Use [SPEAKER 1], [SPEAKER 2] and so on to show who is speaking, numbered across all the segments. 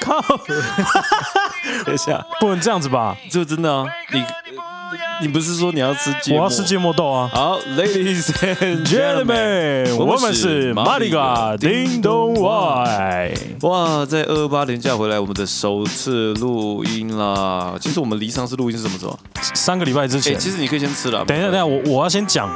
[SPEAKER 1] 靠！
[SPEAKER 2] 等一下，
[SPEAKER 1] 不能这样子吧？
[SPEAKER 2] 就真的啊，你你不是说你要吃芥末？
[SPEAKER 1] 我要吃芥末豆啊！
[SPEAKER 2] 好，ladies and
[SPEAKER 1] Gentlemen，
[SPEAKER 2] gentlemen，
[SPEAKER 1] 我们是马里嘎叮咚外。
[SPEAKER 2] 哇，在二二八年假回来，我们的首次录音啦。其实我们离上次录音是什么时候啊？
[SPEAKER 1] 三个礼拜之
[SPEAKER 2] 哎、
[SPEAKER 1] 前，
[SPEAKER 2] 其实你可以先吃了。
[SPEAKER 1] 等一下，等一下，我我要先讲，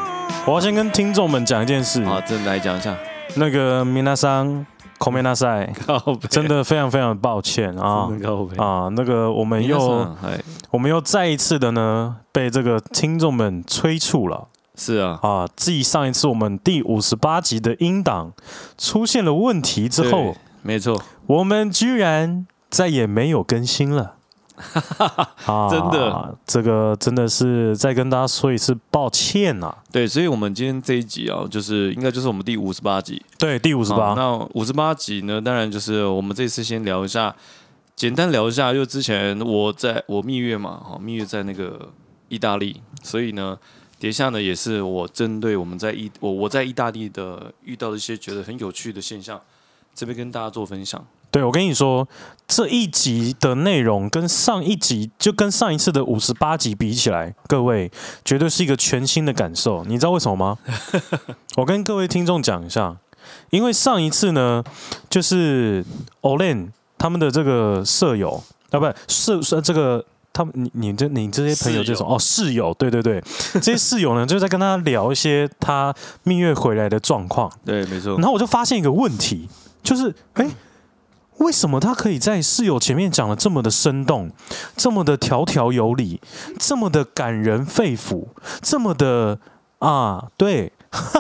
[SPEAKER 1] 我要先跟听众们讲一件事。
[SPEAKER 2] 啊，真的来讲一下，
[SPEAKER 1] 那个米娜桑、孔美娜赛，
[SPEAKER 2] 靠北，
[SPEAKER 1] 真的非常非常抱歉 啊
[SPEAKER 2] 真的 靠背。
[SPEAKER 1] 啊！哦那个我们
[SPEAKER 2] 又
[SPEAKER 1] 又
[SPEAKER 2] 哎，
[SPEAKER 1] 我们又再一次的呢，被这个听众们催促了。
[SPEAKER 2] 是啊，
[SPEAKER 1] 啊，继上一次我们第五十八集的音档出现了问题之后
[SPEAKER 2] 对，，没错，
[SPEAKER 1] 我们居然再也没有更新 了。啊
[SPEAKER 2] 真的，
[SPEAKER 1] 这个真的是再跟大家说一次抱歉呐、啊。
[SPEAKER 2] 对，所以我们今天这一集啊，就是应该就是我们第五十八集，
[SPEAKER 1] 对，第五十
[SPEAKER 2] 好
[SPEAKER 1] 八，
[SPEAKER 2] 那五十八集呢，当然就是我们这次先聊一下，简单聊一下，就之前我在我蜜月嘛，哈，蜜月在那个意大利，所以呢，底下呢也是我针对我们在意我我在意大利的遇到的一些觉得很有趣的现象，这边跟大家做分享。
[SPEAKER 1] 对我跟你说，这一集的内容跟上一集就跟上一次的五十八集比起来，各位绝对是一个全新的感受。你知道为什么 吗？我跟各位听众讲一下，因为上一次呢，就是 Olen 他们的这个舍友啊，不是舍舍这个。他们，你你这你这些朋友这种哦室友，对对对，这些室友呢就在跟他聊一些他蜜月回来的状况，
[SPEAKER 2] 对，没错
[SPEAKER 1] 然，后我就发现一个问题，就是哎，诶为什么他可以在室友前面讲的这么的生动，这么的条条有理，这么的感人肺腑，这么的啊，对，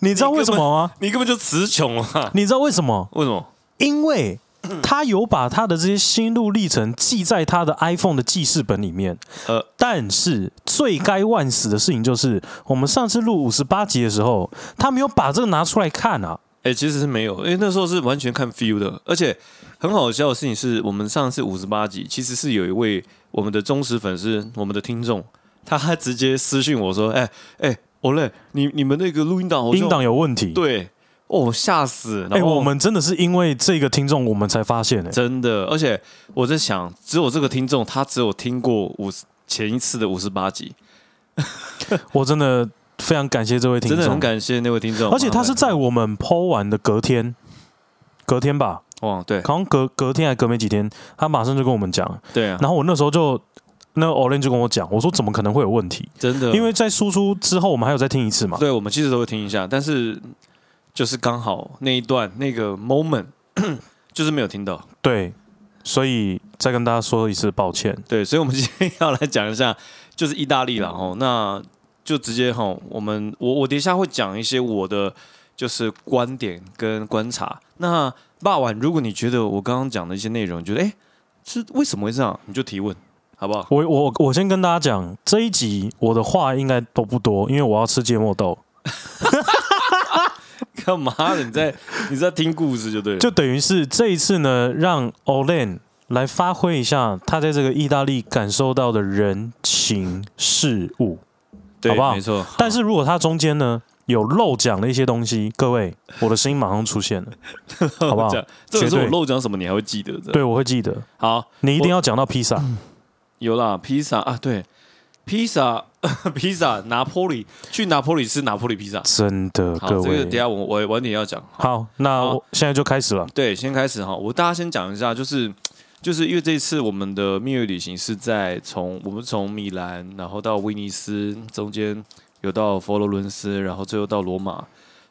[SPEAKER 1] 你知道为什么吗？
[SPEAKER 2] 你根本就词穷啊！
[SPEAKER 1] 你知道为什么？
[SPEAKER 2] 为什么？
[SPEAKER 1] 因为他有把他的这些心路历程记在他的 iPhone 的记事本里面。
[SPEAKER 2] 呃，
[SPEAKER 1] 但是罪该万死的事情就是，我们上次录五十八集的时候，他没有把这个拿出来看啊。
[SPEAKER 2] 哎、其实是没有，因为那时候是完全看 feel 的，而且很好笑的事情是我们上次五十八集，其实是有一位我们的忠实粉丝，我们的听众，他直接私讯我说：“哎、哎，我、嘞，你你们那个录音档好像，
[SPEAKER 1] 音档有问题。，
[SPEAKER 2] 对，哦，吓死！
[SPEAKER 1] 哎、
[SPEAKER 2] 然后、
[SPEAKER 1] 我们真的是因为这个听众，我们才发现哎、
[SPEAKER 2] 真的，而且我在想，只有这个听众，他只有听过五十前一次的五十八集，
[SPEAKER 1] 我真的非常感谢这位听
[SPEAKER 2] 真
[SPEAKER 1] 众，
[SPEAKER 2] 的很感啊谢那位听众，
[SPEAKER 1] 而且他是在
[SPEAKER 2] 麻
[SPEAKER 1] 我们 PO 完的隔天，隔天吧，
[SPEAKER 2] 烦哇，对
[SPEAKER 1] 好像隔隔天还隔没几天，他马上就跟我们讲，
[SPEAKER 2] 对啊，
[SPEAKER 1] 然后我那时候就。那 Olen 就跟我讲，我说怎么可能会有问题？
[SPEAKER 2] 真的，
[SPEAKER 1] 因为在输出之后，我们还有再听一次嘛。
[SPEAKER 2] 对，我们其实都会听一下，但是就是刚好那一段那个 moment 就是没有听到。
[SPEAKER 1] 对，所以再跟大家说一次抱歉。
[SPEAKER 2] 对，所以我们今天要来讲一下，就是意大利啦哦，那就直接哈，我们我我等一下会讲一些我的就是观点跟观察。那霸晚，如果你觉得我刚刚讲的一些内容，你觉得哎是为什么会这样，你就提问，好不好？
[SPEAKER 1] 我我我先跟大家讲，这一集我的话应该都不多，因为我要吃芥末豆，
[SPEAKER 2] 干嘛的？你在你在听故事就对了。
[SPEAKER 1] 就等于是这一次呢，让 Olen 来发挥一下他在这个意大利感受到的人情事物。
[SPEAKER 2] 对，
[SPEAKER 1] 好不好
[SPEAKER 2] 没错。
[SPEAKER 1] 但是如果他中间呢有漏讲了一些东西，各位，我的声音马上出 现了，好不好？
[SPEAKER 2] 讲，这个是
[SPEAKER 1] 绝
[SPEAKER 2] 我
[SPEAKER 1] 对
[SPEAKER 2] 漏讲什么，你还会记得的。
[SPEAKER 1] 对，我会记得。
[SPEAKER 2] 好，
[SPEAKER 1] 你一定要讲到披萨，
[SPEAKER 2] 有啦，披萨啊，对，披萨， 披萨，拿坡里去拿坡里吃拿坡里披萨。
[SPEAKER 1] 真的，
[SPEAKER 2] 好，
[SPEAKER 1] 各
[SPEAKER 2] 这个
[SPEAKER 1] 位
[SPEAKER 2] 等一。下我我晚点要讲。
[SPEAKER 1] 好，那
[SPEAKER 2] 好
[SPEAKER 1] 我现在就开始了。
[SPEAKER 2] 对，先开始哈，我大家先讲一下，就是就是因为这次我们的蜜月旅行是在从我们从米兰，然后到威尼斯，中间有到佛罗伦斯，然后最后到罗马。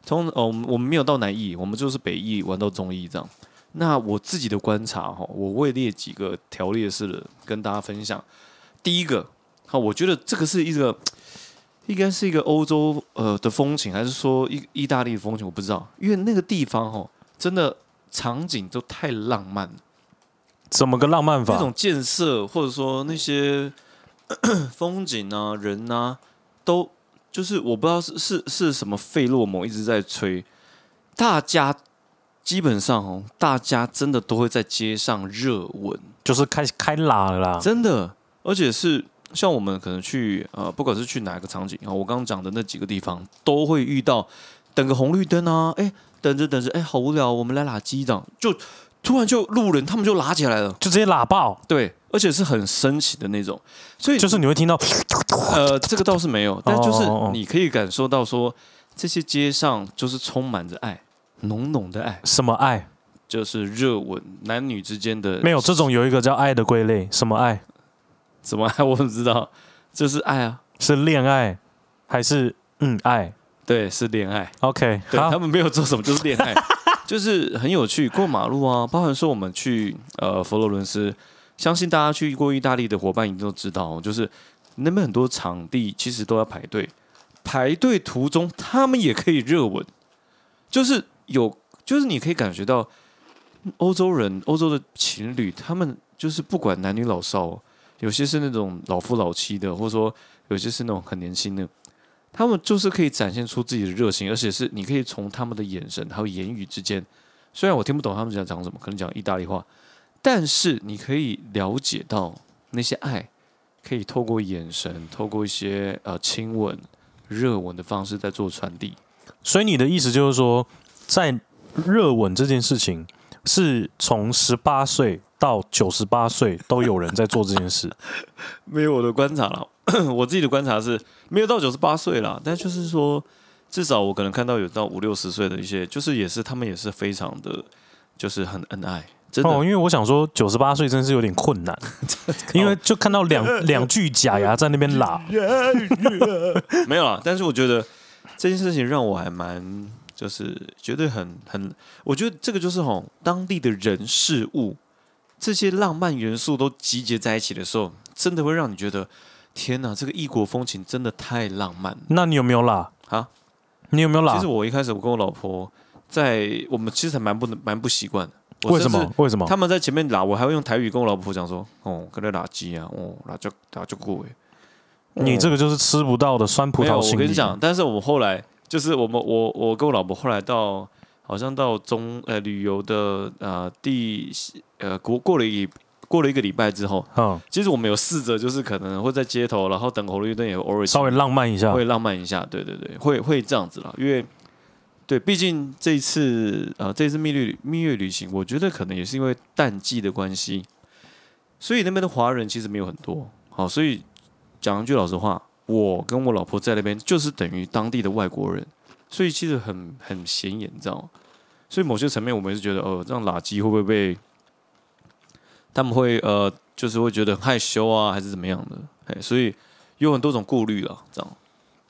[SPEAKER 2] 从哦，我们我们没有到南翼，我们就是北翼玩到中翼这样。那我自己的观察哈，我会列几个条列式的跟大家分享。第一个，好，我觉得这个是一个，应该是一个欧洲呃的风情，还是说意意大利的风情，我不知道，因为那个地方哦，真的场景都太浪漫了，
[SPEAKER 1] 怎么个浪漫
[SPEAKER 2] 那
[SPEAKER 1] 法？
[SPEAKER 2] 种建设或者说那些 风景啊、人啊，都就是我不知道是是是什么费洛蒙一直在吹，大家基本上哦，大家真的都会在街上热吻，
[SPEAKER 1] 就是开开拉了啦。
[SPEAKER 2] 真的，而且是像我们可能去呃，不管是去哪个场景啊，我刚刚讲的那几个地方，都会遇到等个红绿灯啊，哎，等着等着，哎，好无聊，我们来拉鸡档，就突然就路人他们就拉起来了，
[SPEAKER 1] 就直接喇爆，
[SPEAKER 2] 对，而且是很深情的那种，所以
[SPEAKER 1] 就是你会听到，
[SPEAKER 2] 呃，这个倒是没有，但就是
[SPEAKER 1] 哦哦哦
[SPEAKER 2] 你可以感受到说，这些街上就是充满着爱，浓浓的爱，
[SPEAKER 1] 什么爱？
[SPEAKER 2] 就是热吻，男女之间的
[SPEAKER 1] 没有这种有一个叫爱的归类，什么爱？
[SPEAKER 2] 怎么 爱，我不知道，就是爱啊，
[SPEAKER 1] 是恋爱还是嗯爱
[SPEAKER 2] 对，是恋爱，
[SPEAKER 1] ？OK，
[SPEAKER 2] 对
[SPEAKER 1] 好
[SPEAKER 2] 他，们没有做什么，就是恋爱，就是很有趣。过马路啊，包含说我们去呃佛罗伦斯，相信大家去过意大利的伙伴一定都知道哦，就是那边很多场地其实都要排队，排队途中他们也可以热吻，就是有，就是你可以感觉到欧洲人、欧洲的情侣，他们就是不管男女老少哦、有些是那种老夫老妻的，或者说有些是那种很年轻的，他们就是可以展现出自己的热情，而且是你可以从他们的眼神还有言语之间，虽然我听不懂他们讲讲什么，可能讲意大利话，但是你可以了解到那些爱，可以透过眼神，透过一些呃亲吻、热吻的方式在做传递。
[SPEAKER 1] 所以你的意思就是说，在热吻这件事情，是从十八岁到九十八岁都有人在做这件事。
[SPEAKER 2] 没有我的观察了，我自己的观察是没有到九十八岁啦，但就是说，至少我可能看到有到五六十岁的一些，就是也是他们也是非常的，就是很恩爱， 真的。
[SPEAKER 1] 哦，因为我想说，九十八岁真是有点 困难，因为就看到两两具假牙在那边 拉。
[SPEAKER 2] 没有啦，但是我觉得这件事情让我还蛮，就是觉得很很，我觉得这个就是吼当地的人事物这些浪漫元素都集结在一起的时候，真的会让你觉得天哪，这个异国风情真的太浪漫了
[SPEAKER 1] 那你有没有拉？
[SPEAKER 2] 啊！
[SPEAKER 1] 你有没有拉
[SPEAKER 2] 其实？我一开始我跟我老婆在我们其实还蛮不能蛮不习惯的，我
[SPEAKER 1] 为什
[SPEAKER 2] 甚至
[SPEAKER 1] 么？为什么？
[SPEAKER 2] 他们在前面拉，我还会用台语跟我老婆讲说：“哦，跟那垃圾啊，哦，垃圾垃圾过哎。”
[SPEAKER 1] 你这个就是吃不到的酸葡
[SPEAKER 2] 没有，
[SPEAKER 1] 萄
[SPEAKER 2] 我
[SPEAKER 1] 心
[SPEAKER 2] 跟你
[SPEAKER 1] 理。
[SPEAKER 2] 讲，但是我们后来就是我们我我跟我老婆后来到好像到中呃旅游的呃第呃过过了一过了一个礼拜之后，
[SPEAKER 1] 嗯，
[SPEAKER 2] 其实我们有试着就是可能会在街头，然后等红绿灯也偶尔
[SPEAKER 1] 稍微浪漫一下。
[SPEAKER 2] 会浪漫一下，对对对，会会这样子啦，因为对，毕竟这一次呃，这一次蜜月蜜月旅行，我觉得可能也是因为淡季的关系，所以那边的华人其实没有很多。好，所以讲一句老实话，我跟我老婆在那边就是等于当地的外国人，所以其实很很显眼，你知道吗？所以某些层面，我们也是觉得，哦，这样垃圾会不会被他们会呃，就是会觉得很害羞啊，还是怎么样的？哎，所以有很多种顾虑了，这样。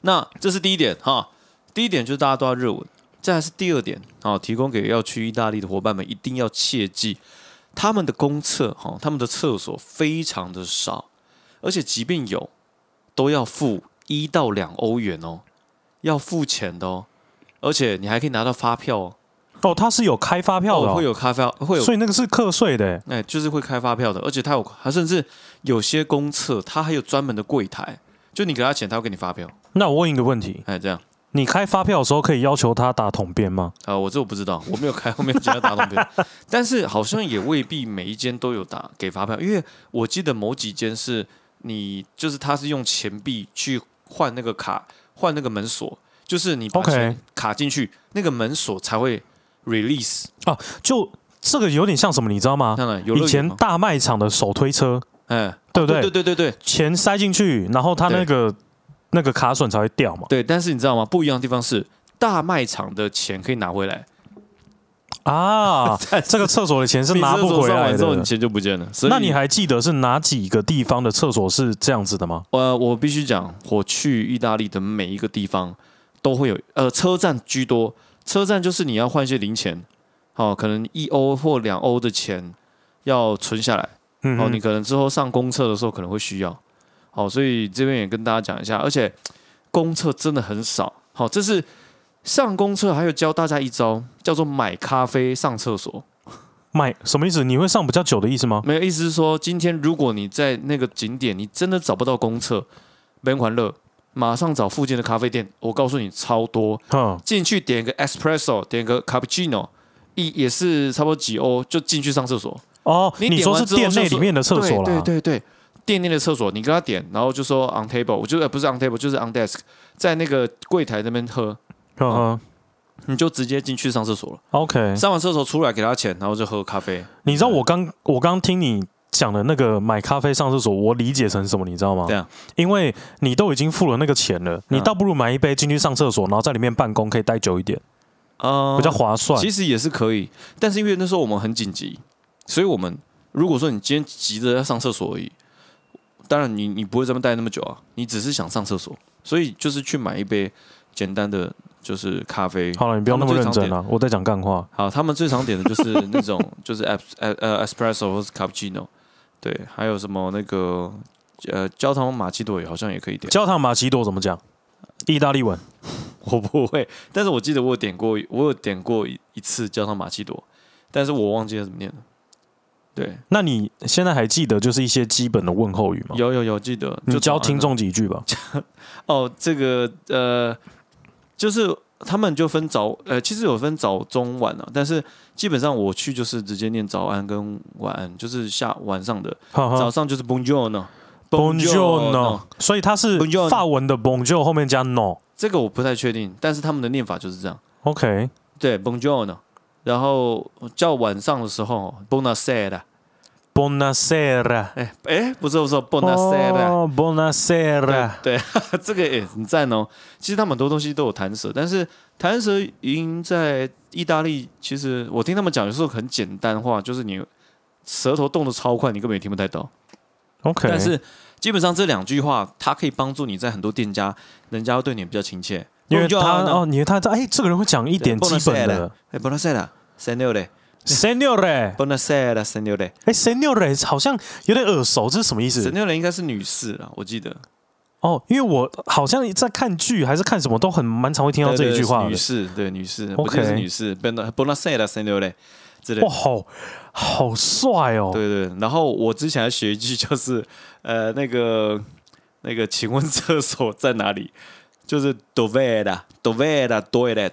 [SPEAKER 2] 那这是第一点哈，第一点就是大家都要热吻，再来是第二点啊，提供给要去意大利的伙伴们一定要切记，他们的公厕哈，他们的厕所非常的少，而且即便有，都要付一到两欧元哦，要付钱的哦，而且你还可以拿到发票哦，
[SPEAKER 1] 哦，它是有开发票的
[SPEAKER 2] 哦会
[SPEAKER 1] 哦，
[SPEAKER 2] 有咖啡，会有
[SPEAKER 1] 所以那个是课税的欸。
[SPEAKER 2] 哎，就是会开发票的，而且他有，他甚至有些公厕，他还有专门的柜台，就你给他钱，他会给你发票。
[SPEAKER 1] 那我问一个问题：
[SPEAKER 2] 哎，这样，
[SPEAKER 1] 你开发票的时候可以要求他打统编吗？
[SPEAKER 2] 啊，我这我不知道，我没有开，我没有接到打桶 票，但是好像也未必每一间都有打给发票，因为我记得某几间是你就是他是用钱币去换那个卡，换那个门锁，就是你把
[SPEAKER 1] OK
[SPEAKER 2] 钱卡进去，那个门锁才会 release。
[SPEAKER 1] 就这个有点像什么，你知道吗？
[SPEAKER 2] 当然，游嗯乐
[SPEAKER 1] 啊以
[SPEAKER 2] 园
[SPEAKER 1] 前
[SPEAKER 2] 吗
[SPEAKER 1] 大卖场的手推车，
[SPEAKER 2] 哎，
[SPEAKER 1] 对不对？
[SPEAKER 2] 对对对对
[SPEAKER 1] 钱塞进去，然后它那个那个卡榫才会掉嘛。
[SPEAKER 2] 对，但是你知道吗？不一样的地方是大卖场的钱可以拿回来。
[SPEAKER 1] 啊，这个厕所的钱是拿不
[SPEAKER 2] 你厕所
[SPEAKER 1] 回来
[SPEAKER 2] 上完之后，
[SPEAKER 1] 的
[SPEAKER 2] 你。钱就不见了。所以
[SPEAKER 1] 那你还记得是哪几个地方的厕所是这样子的吗？
[SPEAKER 2] 呃，我必须讲，我去意大利的每一个地方都会有，呃，车站居多。车站就是你要换一些零钱，好、可能一欧或两欧的钱要存下来，
[SPEAKER 1] 嗯
[SPEAKER 2] 哦，
[SPEAKER 1] 哼，
[SPEAKER 2] 你可能之后上公厕的时候可能会需要，好、所以这边也跟大家讲一下，而且公厕真的很少，好、这是上公厕还有教大家一招，叫做买咖啡上厕所。
[SPEAKER 1] 买什么意思？你会上比较久的意思 吗？
[SPEAKER 2] 没有意思是说，今天如果你在那个景点，你真的找不到公厕，门环乐，马上找附近的咖啡店。我告诉你，超多，
[SPEAKER 1] 嗯，
[SPEAKER 2] 进去点个 espresso，点个 cappuccino，一也是差不多几欧，就进去上厕所。
[SPEAKER 1] 哦，
[SPEAKER 2] 你
[SPEAKER 1] 你
[SPEAKER 2] 点
[SPEAKER 1] 说
[SPEAKER 2] 完
[SPEAKER 1] 是
[SPEAKER 2] 之后
[SPEAKER 1] 店内
[SPEAKER 2] 就
[SPEAKER 1] 里面的厕所啦。
[SPEAKER 2] 对对对对，店内的厕所，你跟他点，然后就说 on table，我就呃不是 on table，就是 on desk，在那个柜台那边喝，
[SPEAKER 1] 嗯哼，
[SPEAKER 2] 你就直接进去上厕所了。
[SPEAKER 1] OK，
[SPEAKER 2] 上完厕所出来给他钱，然后就喝咖啡。
[SPEAKER 1] 你知道我刚我刚听你讲的那个买咖啡上厕所，我理解成什么，你知道吗？
[SPEAKER 2] 对啊，啊
[SPEAKER 1] 因为你都已经付了那个钱了，你倒不如买一杯进去上厕所，然后在里面办公，可以待久一点，
[SPEAKER 2] 啊，
[SPEAKER 1] 比较划算。
[SPEAKER 2] 其实也是可以，但是因为那时候我们很紧急，所以我们如果说你今天急着要上厕所而已，当然你你不会这么待那么久啊，你只是想上厕所， 所以就是去买一杯简单的就是咖啡。
[SPEAKER 1] 好了，你不要那么认
[SPEAKER 2] 他们最常
[SPEAKER 1] 真
[SPEAKER 2] 点
[SPEAKER 1] 了、我在讲干话。
[SPEAKER 2] 好，他们最常点的就是那种就是 es 呃呃 espresso 或是 cappuccino，对，还有什么那个呃焦糖玛奇朵也好像也可以点，
[SPEAKER 1] 焦糖玛奇朵怎么讲？意大利文。
[SPEAKER 2] 我不会，但是我记得我有点过，我有点过一一次焦糖玛奇朵，但是我忘记了怎么念了。对，
[SPEAKER 1] 那你现在还记得就是一些基本的问候语吗？
[SPEAKER 2] 有有有，记得
[SPEAKER 1] 你
[SPEAKER 2] 就
[SPEAKER 1] 嗯 教
[SPEAKER 2] 早安
[SPEAKER 1] 听
[SPEAKER 2] 的
[SPEAKER 1] 众几句吧。
[SPEAKER 2] 哦，这个呃，就是他们就分早呃，其实有分早中晚啊，但是基本上我去就是直接念早安跟晚安，就是下晚上的，
[SPEAKER 1] 哈
[SPEAKER 2] 早
[SPEAKER 1] 哈
[SPEAKER 2] 上就是 Bonjour 呢
[SPEAKER 1] Bonjour，所以它是
[SPEAKER 2] Buongiorno
[SPEAKER 1] 法文的 Bonjour 后面加 no。
[SPEAKER 2] 这个我不太确定，但是他们的念法就是这样，
[SPEAKER 1] OK，
[SPEAKER 2] 对 Bonjour 呢，然后叫晚上的时候 Bonasera，
[SPEAKER 1] Buonasera。
[SPEAKER 2] 哎哎，不是不是 Bonasera。
[SPEAKER 1] 哦 Buonasera。
[SPEAKER 2] 对， 对啊这个也很赞哦。其实他们很多东西都有弹舌，但是弹舌音在意大利，其实我听他们讲，有时候很简单化，就是你舌头动得超快，你根本也听不太到。
[SPEAKER 1] OK，
[SPEAKER 2] 但是基本上这两句话，它可以帮助你在很多店家，人家会对你比较亲切。
[SPEAKER 1] 因为他
[SPEAKER 2] 哦，
[SPEAKER 1] 哦，你他哎，这个人会讲一点基本的。
[SPEAKER 2] 哎，Buonasera。Signore,
[SPEAKER 1] Senore，
[SPEAKER 2] Buonasera, Signore,
[SPEAKER 1] 哎，Senore 好像有点耳熟，这是什么意思？
[SPEAKER 2] Signore 应该是女士啦，我记得。
[SPEAKER 1] 哦，因为我好像在看剧还是看什么，都很蛮常会听到这一句
[SPEAKER 2] 对对
[SPEAKER 1] 话的
[SPEAKER 2] 女。士，对女士，
[SPEAKER 1] OK
[SPEAKER 2] 我记得是女士，Buona- Buonasera, Signore 之类的
[SPEAKER 1] 哇，。好好帅哦！
[SPEAKER 2] 对对，然后我之前还学一句，就是 呃，那个那个，请问厕所在哪里？就是 dovera dovera toilet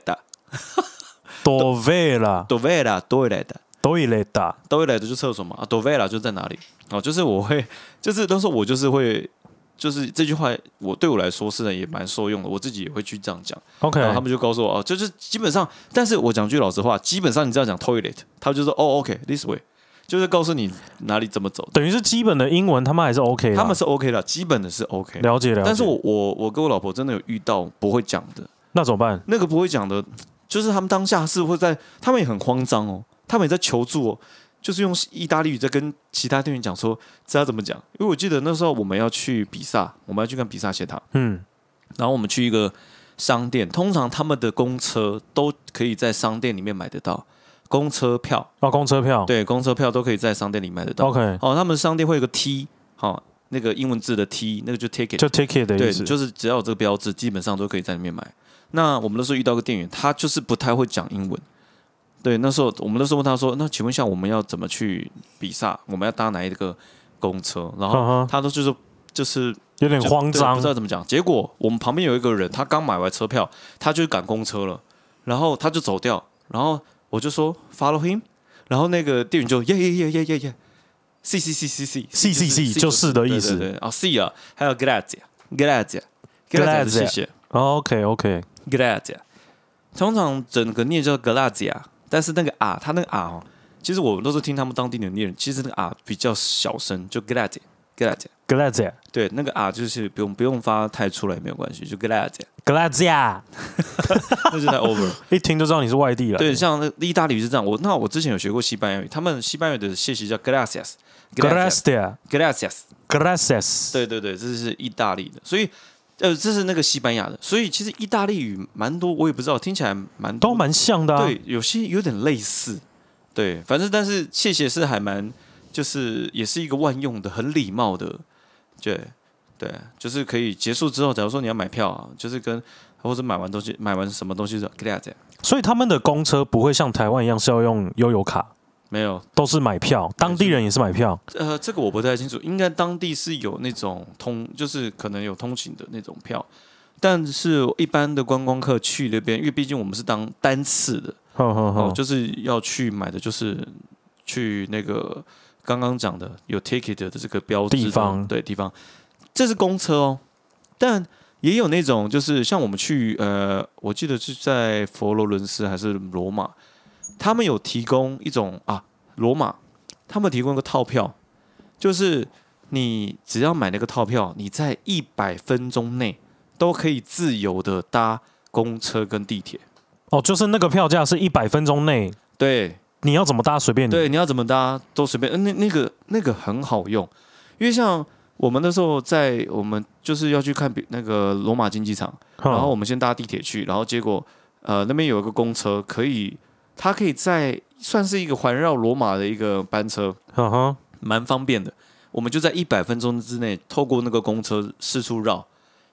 [SPEAKER 1] ，Dovela
[SPEAKER 2] dovera toilet
[SPEAKER 1] Doileta，
[SPEAKER 2] toilet 就是厕所嘛、啊、，dovera 就在哪里？哦，就是我会， 就是那时候我就是会，就是这句话我对我来说是也蛮受用的，我自己也会去这样讲。
[SPEAKER 1] OK，
[SPEAKER 2] 然后他们就告诉我哦，就是基本上，但是我讲句老实话，基本上你这样讲 toilet，他就说哦，OK，this、way，就是告诉你哪里怎么走。
[SPEAKER 1] 等于是基本的英文，他们还是 OK 啦。
[SPEAKER 2] 他们是 OK 的，基本的是 OK。
[SPEAKER 1] 了解了解，
[SPEAKER 2] 但是我我我跟我老婆真的有遇到不会讲的，
[SPEAKER 1] 那怎么办？
[SPEAKER 2] 那个不会讲的，就是他们当下是会在，他们也很慌张哦，他们也在求助哦，就是用意大利语在跟其他店员讲说这要怎么讲，因为我记得那时候我们要去比萨，我们要去看比萨斜塔，
[SPEAKER 1] 嗯，
[SPEAKER 2] 然后我们去一个商店，通常他们的公车都可以在商店里面买得到，公车票，
[SPEAKER 1] 哦，公车票，
[SPEAKER 2] 对，公车票都可以在商店里买得到。
[SPEAKER 1] ，OK，
[SPEAKER 2] 哦，他们商店会有个 T，好、那个英文字的 T，那个就 ticket，
[SPEAKER 1] 就 ticket 的
[SPEAKER 2] 对，
[SPEAKER 1] 意思。
[SPEAKER 2] 就是只要有这个标志，基本上都可以在里面买。那我们那时候遇到个店员，他就是不太会讲英文。对，那时候我们那时候问他说：“那请问一下，我们要怎么去比萨？我们要搭哪一个公车？”然后
[SPEAKER 1] 嗯哼，
[SPEAKER 2] 他都就是就是
[SPEAKER 1] 有点
[SPEAKER 2] 就
[SPEAKER 1] 慌
[SPEAKER 2] 对
[SPEAKER 1] 张
[SPEAKER 2] 不知。道怎么讲。结果我们旁边有一个人，他刚买完车票，他就赶公车了，然后他就走掉，然后我就说 follow him，然后那个店员就耶耶耶耶耶耶，c c c c c
[SPEAKER 1] C C C 就是的意思
[SPEAKER 2] 对对对，哦 c 啊，还有 grazie grazie
[SPEAKER 1] Grazie
[SPEAKER 2] 谢谢
[SPEAKER 1] OK OK，
[SPEAKER 2] grazie，通常整个念叫 grazie，但是那个啊，他那个啊哦，其实我那时候听他们当地人念，其实那个啊比较小声，就 grazie grazie。
[SPEAKER 1] Gladzia
[SPEAKER 2] 对，那个啊，就是不用不用发太出来没有关系，就 glad，
[SPEAKER 1] Gladzia，
[SPEAKER 2] 那就是太 over。
[SPEAKER 1] 一听就知道你是外地了。
[SPEAKER 2] 对，像那意大利语是这样，我那我之前有学过西班牙语，他们西班牙语的谢谢叫 gracias。
[SPEAKER 1] ，Gladzia
[SPEAKER 2] gracias，
[SPEAKER 1] Gracias，
[SPEAKER 2] 对对对，这是意大利的，所以呃，这是那个西班牙的，所以其实意大利语蛮多，我也不知道，听起来蛮多
[SPEAKER 1] 都蛮像的啊。
[SPEAKER 2] 对，有些有点类似，对，反正但是谢谢是还蛮，就是也是一个万用的，很礼貌的，对对，就是可以结束之后，假如说你要买票啊，就是跟或者买完东西买完什么东西就给大家讲，
[SPEAKER 1] 所以他们的公车不会像台湾一样是要用悠游卡，
[SPEAKER 2] 没有，
[SPEAKER 1] 都是买票，当地人也是买票。
[SPEAKER 2] 呃，这个我不太清楚，应该当地是有那种通，就是可能有通勤的那种票。但是一般的观光客去那边，因为毕竟我们是当单次的，
[SPEAKER 1] 哼哼
[SPEAKER 2] 哦，
[SPEAKER 1] 哼，
[SPEAKER 2] 就是要去买的，就是去那个刚刚讲的有 ticket 的这个标志的
[SPEAKER 1] 地方
[SPEAKER 2] 对地方，这是公车哦，但也有那种就是像我们去呃，我记得是在佛罗伦斯还是罗马，他们有提供一种啊，罗马他们提供一个套票，就是你只要买那个套票，你在一百分钟内都可以自由的搭公车跟地铁。
[SPEAKER 1] 哦，就是那个票价是一百分钟内，
[SPEAKER 2] 对，
[SPEAKER 1] 你要怎么搭随便你。哦
[SPEAKER 2] 对，你要怎么搭都随便。呃那那个那个很好用，因为像我们那时候在我们就是要去看比那个罗马竞技场，
[SPEAKER 1] 哼，
[SPEAKER 2] 然后我们先搭地铁去，然后结果呃那边有一个公车，可以它可以在算是一个环绕罗马的一个班车，
[SPEAKER 1] 嗯哼，
[SPEAKER 2] 蛮方便的。我们就在一百分钟之内，透过那个公车四处绕，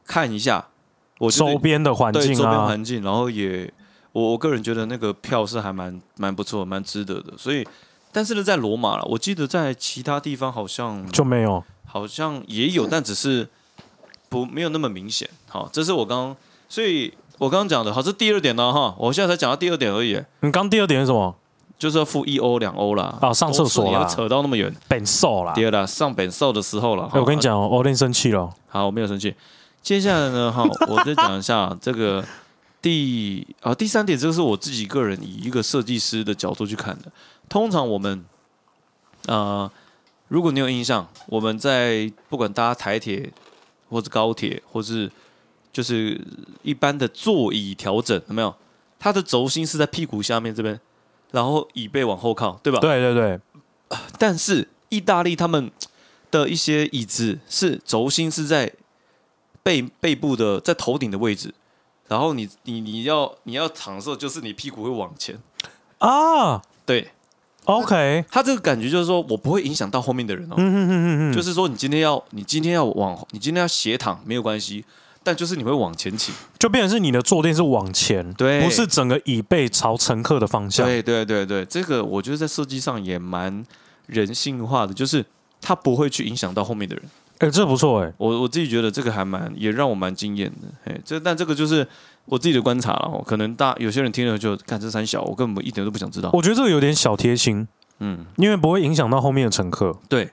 [SPEAKER 2] 看一下我就是
[SPEAKER 1] 周边的环
[SPEAKER 2] 对
[SPEAKER 1] 境
[SPEAKER 2] 周边
[SPEAKER 1] 啊，
[SPEAKER 2] 环境，然后也我我个人觉得那个票是还蛮蛮不错，蛮值得的。所以，但是呢，在罗马了，我记得在其他地方好像
[SPEAKER 1] 就没有。
[SPEAKER 2] 好像也有，但只是不没有那么明显。好，这是我刚刚，所以我刚刚讲的，好，这第二点呢，哈，我现在才讲到第二点而已，
[SPEAKER 1] 你刚第二点是什么？
[SPEAKER 2] 就是要付一欧两欧啦。哦
[SPEAKER 1] 啊上厕所啦
[SPEAKER 2] 你要扯到那么远。
[SPEAKER 1] 本瘦啦。
[SPEAKER 2] 第二啦，上本兽的时候了。
[SPEAKER 1] 哎，我跟你
[SPEAKER 2] 哈
[SPEAKER 1] 讲哦，欧林生气了。
[SPEAKER 2] 好，我没有生气。接下来呢，哈，我再讲一下这个第啊第三点，这个是我自己个人以一个设计师的角度去看的。通常我们，呃，如果你有印象，我们在不管搭台铁或者高铁，或是就是一般的座椅调整，有没有？它的轴心是在屁股下面这边，然后椅背往后靠，对吧？
[SPEAKER 1] 对对对，
[SPEAKER 2] 但是意大利他们的一些椅子是轴心是在背背部的，在头顶的位置，然后你你你要你要躺的时候，就是你屁股会往前。
[SPEAKER 1] 啊
[SPEAKER 2] 对，
[SPEAKER 1] ，OK，
[SPEAKER 2] 他这个感觉就是说我不会影响到后面的人哦，
[SPEAKER 1] 嗯哼哼哼哼，
[SPEAKER 2] 就是说你今天要你今天要往你今天要斜躺没有关系，但就是你会往前倾。
[SPEAKER 1] 就变成是你的坐垫是往前，
[SPEAKER 2] 对
[SPEAKER 1] 不是整个椅背朝乘客的方向。
[SPEAKER 2] 对对对对，这个我觉得在设计上也蛮人性化的，就是它不会去影响到后面的人。
[SPEAKER 1] 哎，这不错哎，
[SPEAKER 2] 我我自己觉得这个还蛮也让我蛮惊艳的，嘿，这但这个就是我自己的观察了，哦可能大有些人听了就看这三小，我根本一点都不想知道。
[SPEAKER 1] 我觉得这个有点小贴心，
[SPEAKER 2] 嗯，
[SPEAKER 1] 因为不会影响到后面的乘客。
[SPEAKER 2] 对，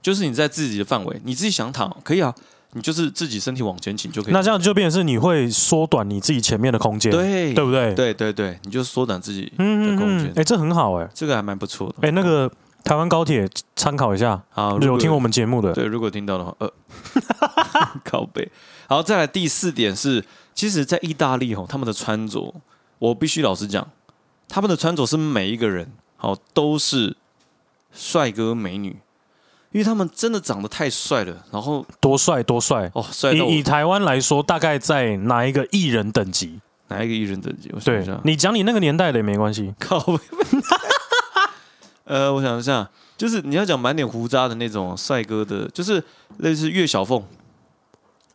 [SPEAKER 2] 就是你在自己的范围，你自己想躺可以啊，你就是自己身体往前倾就可以。
[SPEAKER 1] 那这样就变成是你会缩短你自己前面的空间，
[SPEAKER 2] 对
[SPEAKER 1] 对不对？
[SPEAKER 2] 对对对，你就缩短自己的
[SPEAKER 1] 嗯，嗯
[SPEAKER 2] 空
[SPEAKER 1] 嗯
[SPEAKER 2] 间，
[SPEAKER 1] 哎、这很好哎、
[SPEAKER 2] 这个还蛮不错的。
[SPEAKER 1] 哎、那个台湾高铁参考一下，
[SPEAKER 2] 好，如
[SPEAKER 1] 有
[SPEAKER 2] 果
[SPEAKER 1] 听我们节目的，
[SPEAKER 2] 对，如果听到的话，呃， 靠背。好，再来第四点是，其实，在意大利吼，他们的穿着，我必须老实讲，他们的穿着是每一个人好都是帅哥美女，因为他们真的长得太帅了，然后
[SPEAKER 1] 多帅多帅。
[SPEAKER 2] 哦，帅到我
[SPEAKER 1] 以以台湾来说，大概在哪一个艺人等级？
[SPEAKER 2] 哪一个艺人等级？我想一
[SPEAKER 1] 对
[SPEAKER 2] 下，
[SPEAKER 1] 你讲你那个年代的也没关系。
[SPEAKER 2] 靠背。 呃，我想一下，就是你要讲满脸胡渣的那种帅哥的，就是类似岳小凤，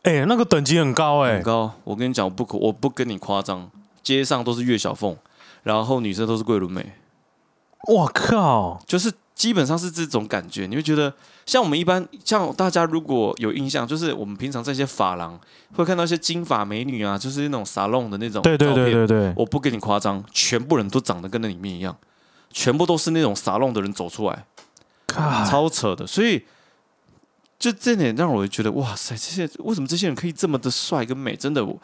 [SPEAKER 1] 哎、那个等级很高哎、
[SPEAKER 2] 很高。我跟你讲，我不可，我不跟你夸张，街上都是岳小凤，然后女生都是桂纶镁，
[SPEAKER 1] 我靠，
[SPEAKER 2] 就是基本上是这种感觉。你会觉得，像我们一般，像大家如果有印象，就是我们平常在一些发廊会看到一些金发美女啊，就是那种沙龙的那种
[SPEAKER 1] 对对
[SPEAKER 2] 照
[SPEAKER 1] 对
[SPEAKER 2] 片
[SPEAKER 1] 对对，
[SPEAKER 2] 我不跟你夸张，全部人都长得跟那里面一样，全部都是那种沙龙的人走出来，
[SPEAKER 1] 靠，
[SPEAKER 2] 超扯的。所以。就这点让我觉得，哇塞，这些为什么这些人可以这么的帅跟美？真的，我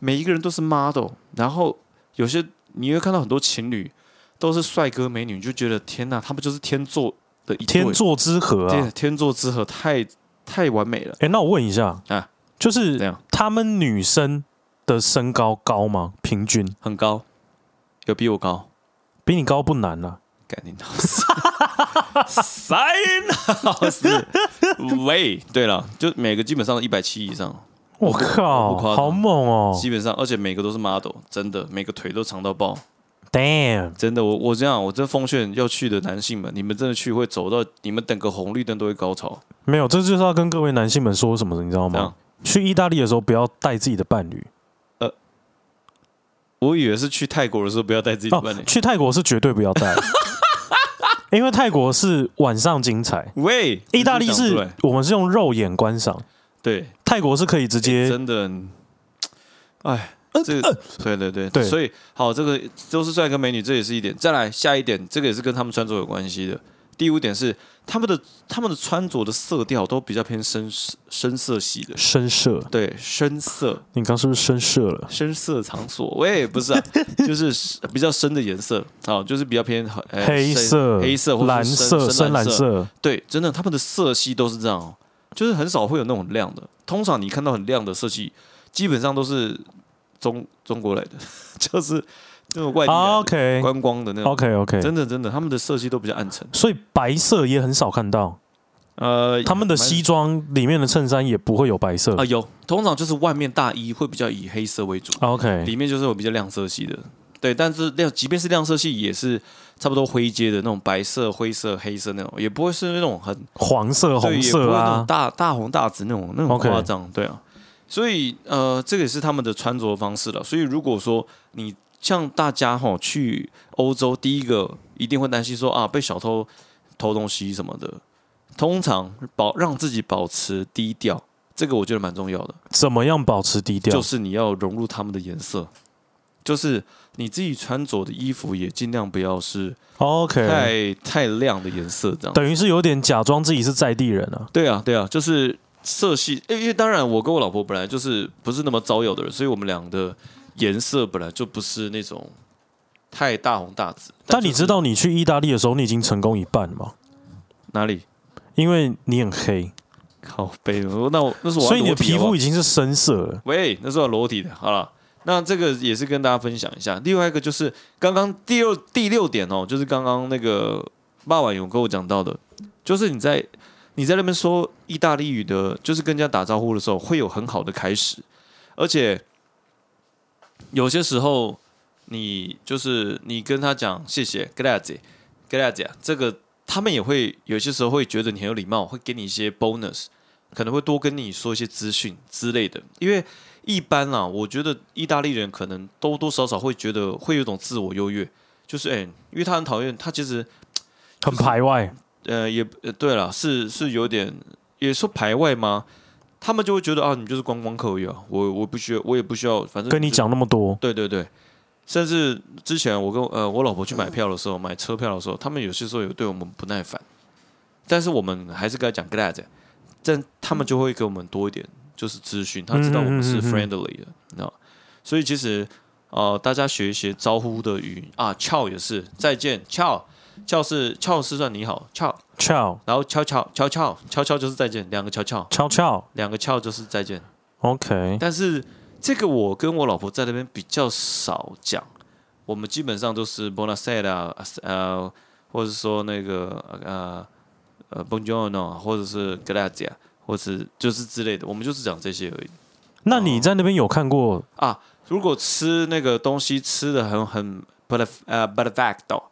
[SPEAKER 2] 每一个人都是 model，然后有些你会看到很多情侣都是帅哥美女，你就觉得天呐，他们就是天作的一对
[SPEAKER 1] 天作之合啊！
[SPEAKER 2] 天天作之合，太太完美了。
[SPEAKER 1] 哎、那我问一下
[SPEAKER 2] 啊
[SPEAKER 1] 就
[SPEAKER 2] 怎
[SPEAKER 1] 是
[SPEAKER 2] 样
[SPEAKER 1] 他们女生的身高高吗？平均
[SPEAKER 2] 很高，有比我高，
[SPEAKER 1] 比你高不难啊。
[SPEAKER 2] 赶紧到三老师，喂，对了，就每个基本上一百七以上，
[SPEAKER 1] 我
[SPEAKER 2] 我
[SPEAKER 1] 靠，
[SPEAKER 2] 不夸张
[SPEAKER 1] 好猛哦
[SPEAKER 2] 基本上，而且每个都是 model，真的，每个腿都长到爆。
[SPEAKER 1] ！Damn，
[SPEAKER 2] 真的，我我这样，我这风炫要去的男性们，你们真的去会走到，你们等个红绿灯都会高潮。
[SPEAKER 1] 没有，这就是要跟各位男性们说什么的，你知道
[SPEAKER 2] 这样
[SPEAKER 1] 吗？，去意大利的时候不要带自己的伴侣
[SPEAKER 2] 我以为是去泰国的时候不要带自己的
[SPEAKER 1] 哦
[SPEAKER 2] 伴侣，。
[SPEAKER 1] 去泰国是绝对不要 带，因为泰国是晚上精彩，
[SPEAKER 2] 喂，
[SPEAKER 1] 意大利
[SPEAKER 2] 你讲出
[SPEAKER 1] 是
[SPEAKER 2] 来
[SPEAKER 1] 我们是用肉眼观赏，
[SPEAKER 2] 对，
[SPEAKER 1] 泰国是可以直接
[SPEAKER 2] 真的，哎，这对对对
[SPEAKER 1] 呃对
[SPEAKER 2] 所以好，这个都是帅哥美女，这也是一点。再来下一点，这个也是跟他们穿着有关系的。第五点是他们的他们的穿着的色调都比较偏深深色系的，
[SPEAKER 1] 深色，
[SPEAKER 2] 对，深色
[SPEAKER 1] 你刚是不是深色了？
[SPEAKER 2] 深色场所，喂，不 是啊，就是比较深的颜色，好，就是比较偏、呃、
[SPEAKER 1] 黑
[SPEAKER 2] 深
[SPEAKER 1] 色、
[SPEAKER 2] 黑色或是
[SPEAKER 1] 蓝
[SPEAKER 2] 深
[SPEAKER 1] 色、
[SPEAKER 2] 深
[SPEAKER 1] 深蓝
[SPEAKER 2] 色，
[SPEAKER 1] 色，
[SPEAKER 2] 对，真的，他们的色系都是这样、哦，就是很少会有那种亮的。通常你看到很亮的色系，基本上都是中中国来的， 就是那种外地来的、
[SPEAKER 1] 啊 OK
[SPEAKER 2] 观光的那种。
[SPEAKER 1] OK OK，
[SPEAKER 2] 真的真的，他们的色系都比较暗沉。
[SPEAKER 1] 所以白色也很少看到，
[SPEAKER 2] 呃，
[SPEAKER 1] 他们的
[SPEAKER 2] 蛮
[SPEAKER 1] 西装里面的衬衫也不会有白色
[SPEAKER 2] 啊、。有，通常就是外面大衣会比较以黑色为主，
[SPEAKER 1] OK，
[SPEAKER 2] 里面就是有比较亮色系的。对，但是亮，即便是亮色系，也是差不多灰阶的那种白色、灰色、黑色那种，也不会是那种很
[SPEAKER 1] 黄色、
[SPEAKER 2] 对，
[SPEAKER 1] 哦红
[SPEAKER 2] 也不会
[SPEAKER 1] 色
[SPEAKER 2] 那种
[SPEAKER 1] 啊，
[SPEAKER 2] 大大红大紫那种那种
[SPEAKER 1] OK
[SPEAKER 2] 夸张对啊。所以呃，这个也是他们的穿着方式了。所以如果说你像大家哈去欧洲，第一个一定会担心说啊被小偷偷东西什么的，通常保让自己保持低调。这个我觉得蛮重要的，
[SPEAKER 1] 怎么样保持低调
[SPEAKER 2] 就？是你要融入他们的颜色，就是你自己穿着的衣服也尽量不要是
[SPEAKER 1] OK，
[SPEAKER 2] 太太亮的颜色这样。
[SPEAKER 1] 等于是有点假装自己是在地人啊。
[SPEAKER 2] 对啊，对啊，就是色系，因为因为当然我跟我老婆本来就是不是那么招摇的人，所以我们俩的颜色本来就不是那种太大红大紫。
[SPEAKER 1] 但你
[SPEAKER 2] 就是
[SPEAKER 1] 知道，你去意大利的时候，你已经成功一半了吗？
[SPEAKER 2] 哪里？
[SPEAKER 1] 因为你很黑，
[SPEAKER 2] 靠背，我那我那是我要啊
[SPEAKER 1] 所以你的
[SPEAKER 2] 裸体
[SPEAKER 1] 皮
[SPEAKER 2] 好不好
[SPEAKER 1] 肤已经是深色了。
[SPEAKER 2] 喂，那是我裸体的。好了，那这个也是跟大家分享一下。另外一个就是刚刚第六第六点哦，就是刚刚那个霸晚有跟我讲到的，就是你在你在那边说意大利语的，就是跟人家打招呼的时候，会有很好的开始，而且有些时候你就是你跟他讲谢谢，grazie，grazie，这个他们也会有些时候会觉得你很有礼貌，会给你一些 bonus。可能会多跟你说一些资讯之类的，因为一般啦，我觉得意大利人可能多多少少会觉得会有一种自我优越，就是哎、因为他很讨厌他，其实
[SPEAKER 1] 很排外，
[SPEAKER 2] 呃也呃对了，是是有点也说排外吗？他们就会觉得啊，你就是观光客而已啊，我我不需要，我也不需要，反正
[SPEAKER 1] 跟你
[SPEAKER 2] 就
[SPEAKER 1] 讲那么多，
[SPEAKER 2] 对对对，甚至之前我跟呃我老婆去买票的时候，买车票的时候，他们有些时候有对我们不耐烦，但是我们还是跟他讲 glad，但他们就会给我们多一点就是资讯，他知道我们
[SPEAKER 1] 嗯
[SPEAKER 2] 是
[SPEAKER 1] 嗯嗯嗯
[SPEAKER 2] friendly 的，你知道，所以其实呃大家学一些招呼的语啊，ciao 也是再见，ciao ciao 是 ciao 是算你好，ciao，
[SPEAKER 1] ciao
[SPEAKER 2] 然后 ciao ciao ciao ciao ciao ciao 就是再见，两个 ciao ciao，
[SPEAKER 1] ciao ciao。
[SPEAKER 2] 两个 ciao 就是再见。
[SPEAKER 1] OK，
[SPEAKER 2] 但是这个我跟我老婆在那边比较少讲，我们基本上都是 b o n a s e r a 呃，或者说那个呃呃 Buongiorno，或者是 Grazie，或是就是之类的，我们就是讲这些而已。啊
[SPEAKER 1] 那你在那边有看过
[SPEAKER 2] 如果吃那个东西吃的很很 per 呃 perfecto，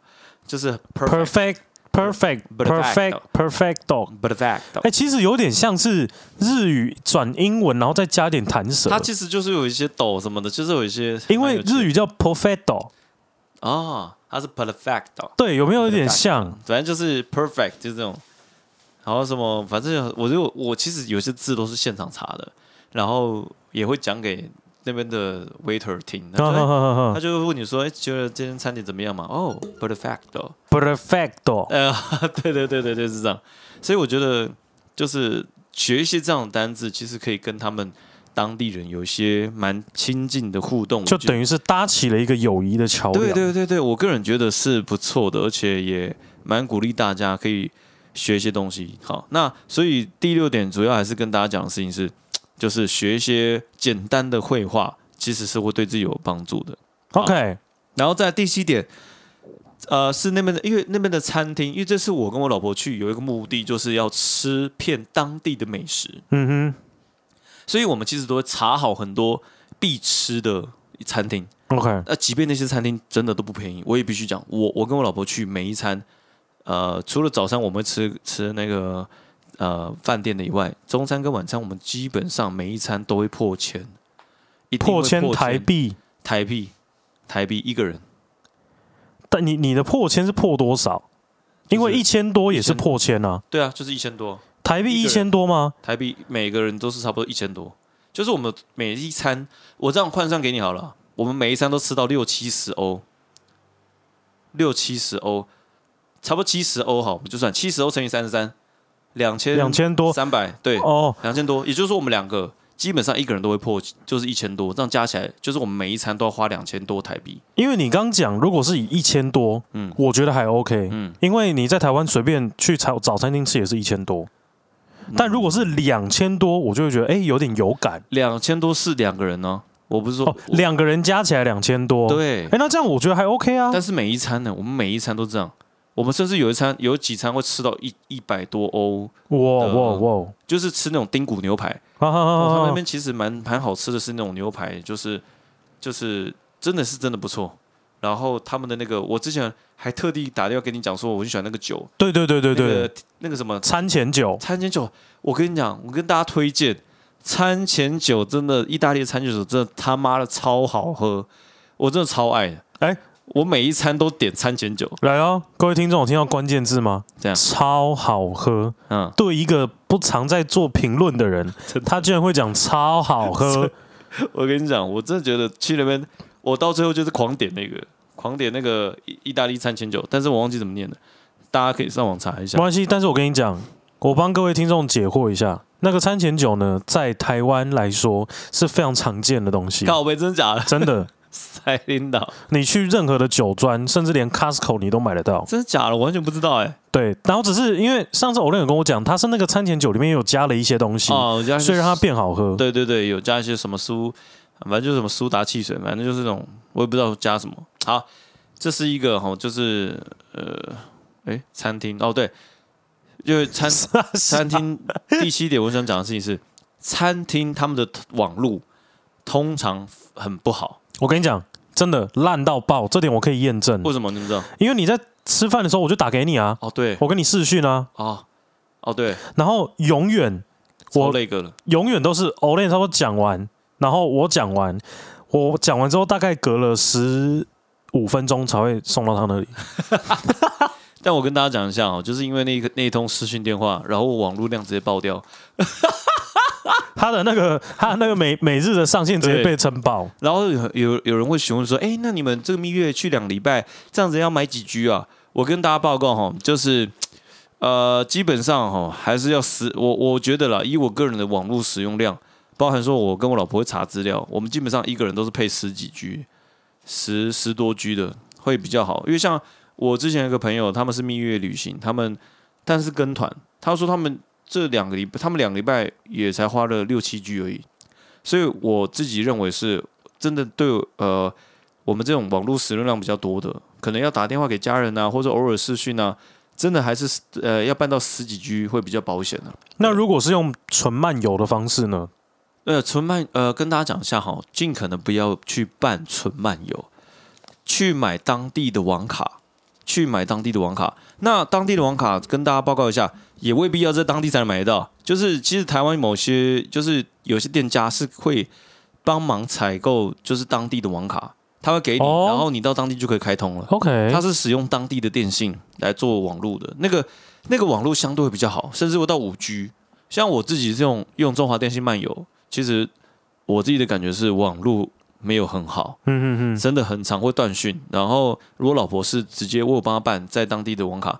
[SPEAKER 2] 就是 perfect
[SPEAKER 1] perfect perfect perfect
[SPEAKER 2] Perfecto
[SPEAKER 1] perfect dog？
[SPEAKER 2] perfecto，
[SPEAKER 1] 哎，其实有点像是日语转英文，然后再加点弹舌
[SPEAKER 2] 它。其实就是有一些抖什么的，就是有一些
[SPEAKER 1] 因为日
[SPEAKER 2] 语
[SPEAKER 1] 语叫 perfect dog，
[SPEAKER 2] 啊、它是 perfecto。
[SPEAKER 1] 对，有没有有点
[SPEAKER 2] Perfecto
[SPEAKER 1] 像？
[SPEAKER 2] 反正就是 perfect，就是这种。然后什么，反正我就我其实有些字都是现场查的，然后也会讲给那边的 waiter 听。他
[SPEAKER 1] 嗯
[SPEAKER 2] 就会他就会问你说：“哎，觉得今天餐点怎么样嘛？”哦，perfect 哦。
[SPEAKER 1] perfect dog。
[SPEAKER 2] 呃， 对对对对对，是这样。所以我觉得就是学一些这样的单字，其实可以跟他们当地人有一些蛮亲近的互动。
[SPEAKER 1] 就
[SPEAKER 2] 于。
[SPEAKER 1] 等于是搭起了一个友谊的桥梁。
[SPEAKER 2] 对对对对，我个人觉得是不错的，而且也蛮鼓励大家可以学一些东西。好，那所以第六点主要还是跟大家讲的事情是，就是学一些简单的绘画，其实是会对自己有帮助的。
[SPEAKER 1] OK，
[SPEAKER 2] 然后在第七点，呃，是那边的，因为那边的餐厅，因为这次我跟我老婆去有一个目的，就是要吃遍当地的美食。
[SPEAKER 1] 嗯
[SPEAKER 2] 所以我们其实都会查好很多必吃的餐厅。
[SPEAKER 1] 哼，OK，
[SPEAKER 2] 那即便那些餐厅真的都不便宜，我也必须讲，我我跟我老婆去每一餐，呃，除了早餐我们会吃吃那个呃饭店的以外，中餐跟晚餐我们基本上每一餐都会破千，一定会
[SPEAKER 1] 破千
[SPEAKER 2] 破
[SPEAKER 1] 台币。
[SPEAKER 2] 台币台币一个人，
[SPEAKER 1] 但你你的破千是破多少？因为
[SPEAKER 2] 就是
[SPEAKER 1] 一千多也是
[SPEAKER 2] 1000
[SPEAKER 1] 破千啊，
[SPEAKER 2] 对啊，就是一千多
[SPEAKER 1] 台币
[SPEAKER 2] 一个
[SPEAKER 1] 一
[SPEAKER 2] 人
[SPEAKER 1] 千多吗？
[SPEAKER 2] 台币，每个人都是差不多一千多，就是我们每一餐我这样换算给你好了，我们每一餐都吃到六七十欧，六七十欧。差不多七十欧好，我们就算七十欧乘以三十三，两千
[SPEAKER 1] 两千多
[SPEAKER 2] 三百，对，
[SPEAKER 1] 哦，
[SPEAKER 2] 两千多，也就是说我们两个基本上一个人都会破，就是一千多，这样加起来就是我们每一餐都要花两千多台币。
[SPEAKER 1] 因为你刚讲，如果是以一千多，
[SPEAKER 2] 嗯
[SPEAKER 1] 我觉得还 OK，
[SPEAKER 2] 嗯，
[SPEAKER 1] 因为你在台湾随便去早早餐厅吃也是一千多，
[SPEAKER 2] 嗯
[SPEAKER 1] 但如果是两千多，我就会觉得哎、有点有感
[SPEAKER 2] 两千多是两个人呢、我不是说、
[SPEAKER 1] 哦，两个人加起来两千多，，
[SPEAKER 2] 对
[SPEAKER 1] 哎、，那这样我觉得还 OK 啊，
[SPEAKER 2] 但是每一餐呢，我们每一餐都这样，我们甚至有一餐有几餐会吃到一一百多欧，
[SPEAKER 1] 哇哇
[SPEAKER 2] 呃
[SPEAKER 1] 哇，
[SPEAKER 2] 就是吃那种丁骨牛排。
[SPEAKER 1] 哈哈
[SPEAKER 2] 哦、他们
[SPEAKER 1] 哈
[SPEAKER 2] 那
[SPEAKER 1] 哈，
[SPEAKER 2] 边其实蛮蛮好吃的，是那种牛排，就是就是真的是真的不错。然后他们的那个，我之前还特地打电话跟你讲说，我很喜欢那个酒，
[SPEAKER 1] 对对对对对，
[SPEAKER 2] 那个那个什么
[SPEAKER 1] 餐前酒，
[SPEAKER 2] 餐前酒，我跟你讲，我跟大家推荐餐前酒，真的意大利的餐前酒真的他妈的超好喝，我真的超爱的。
[SPEAKER 1] 哎
[SPEAKER 2] 我每一餐都点餐前酒，
[SPEAKER 1] 来哦，各位听众有听到关键字吗？
[SPEAKER 2] 这样
[SPEAKER 1] 超好喝，
[SPEAKER 2] 嗯，
[SPEAKER 1] 对一个不常在做评论的 人，他居然会讲超好喝，
[SPEAKER 2] 我跟你讲，我真的觉得去那边，我到最后就是狂点那个，狂点那个意意大利餐前酒，但是我忘记怎么念了，大家可以上网查一下
[SPEAKER 1] 没。关系。但是我跟你讲，我帮各位听众解惑一下，那个餐前酒呢，在台湾来说是非常常见的东西，
[SPEAKER 2] 靠背真假的，
[SPEAKER 1] 真的，
[SPEAKER 2] 塞领导，
[SPEAKER 1] 你去任何的酒庄，甚至连 Costco 你都买得到。
[SPEAKER 2] 真的假的，我完全不知道哎、
[SPEAKER 1] 对，然后只是因为上次欧伦有跟我讲，他是那个餐前酒里面有加了一些东西，
[SPEAKER 2] 哦，我加一些
[SPEAKER 1] 所以让它变好喝。
[SPEAKER 2] 对对对，有加一些什么苏，反正就是什么苏打汽水，反正就是这种，我也不知道加什么。好，这是一个哈，就是呃，哎，餐厅哦，对，就是餐餐厅第七点，我想讲的事情是，餐厅他们的网路通常很不好，
[SPEAKER 1] 我跟你讲，真的烂到爆，这点我可以验证。
[SPEAKER 2] 为什么？你们知道？
[SPEAKER 1] 因为你在吃饭的时候，我就打给你啊，
[SPEAKER 2] 哦，对，
[SPEAKER 1] 我跟你视讯啊，
[SPEAKER 2] 哦，哦，对，
[SPEAKER 1] 然后永远
[SPEAKER 2] 我
[SPEAKER 1] 我
[SPEAKER 2] 那个了，
[SPEAKER 1] 永远都是 Olen 差不多讲完，然后我讲完，我讲完之后大概隔了十五分钟才会送到他那里。
[SPEAKER 2] 但我跟大家讲一下哦，就是因为那个那一通视讯电话，然后我网路量直接爆掉，
[SPEAKER 1] 他的那个 他的那个每每日的上限直接
[SPEAKER 2] 对
[SPEAKER 1] 被撑爆，
[SPEAKER 2] 然后有有有人会询问说，哎，那你们这个蜜月去两礼拜，这样子要买几居啊？我跟大家报告哈，就是呃，基本上哈还是要十，我我觉得啦，以我个人的网络使用量，包含说我跟我老婆会查资料，我们基本上一个人都是配十几居，十十多居的会比较好，因为像我之前有个朋友，他们是蜜月旅行，他们但是跟团，他说他们这两个礼拜，他们两个礼拜也才花了六七居而已。所以我自己认为是真的对呃我们这种网络使用量比较多的，可能要打电话给家人啊，或者偶尔视讯啊，真的还是呃要办到十几 G 会比较保险的、啊。
[SPEAKER 1] 那如果是用纯漫游的方式呢？
[SPEAKER 2] 呃，纯漫呃跟大家讲一下哈，尽可能不要去办纯漫游，去买当地的网卡，去买当地的网卡。那当地的网卡跟大家报告一下，也未必要在当地才能买得到。就是其实台湾某些就是有些店家是会帮忙采购，就是当地的网卡，他会给你，
[SPEAKER 1] 哦
[SPEAKER 2] 然后你到当地就可以开通了。
[SPEAKER 1] OK，
[SPEAKER 2] 它是使用当地的电信来做网络的，那个那个网络相对会比较好，甚至会到五 G。像我自己是用用中华电信漫游，其实我自己的感觉是网络没有很好，
[SPEAKER 1] 嗯嗯嗯，
[SPEAKER 2] 真的很常会断讯。然后如果老婆是直接我有帮她办在当地的网卡，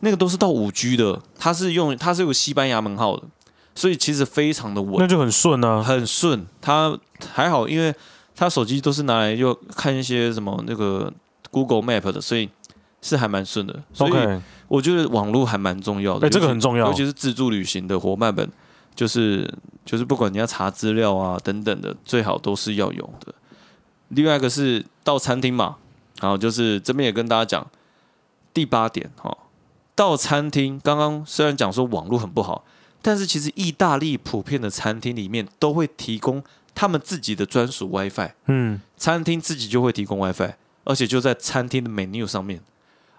[SPEAKER 2] 那个都是到五 G 的，它是用它是有西班牙门号的，所以其实非常的稳。
[SPEAKER 1] 那就很顺啊。
[SPEAKER 2] 很顺，他还好，因为他手机都是拿来就看一些什么那个 Google Map 的，所以是还蛮顺的。所
[SPEAKER 1] OK，
[SPEAKER 2] 以
[SPEAKER 1] 哎、
[SPEAKER 2] 我觉得网络还蛮重要的，
[SPEAKER 1] 这个
[SPEAKER 2] 尤
[SPEAKER 1] 很
[SPEAKER 2] 其
[SPEAKER 1] 重要
[SPEAKER 2] 尤。其是自助旅行的伙伴们，就是就是不管你要查资料啊等等的，最好都是要有的。另外一个是到餐厅嘛，然后就是这边也跟大家讲第八点哈、哦，到餐厅刚刚虽然讲说网络很不好，但是其实意大利普遍的餐厅里面都会提供他们自己的专属 WiFi，
[SPEAKER 1] 嗯，
[SPEAKER 2] 餐厅自己就会提供 WiFi，而且就在餐厅的 menu 上面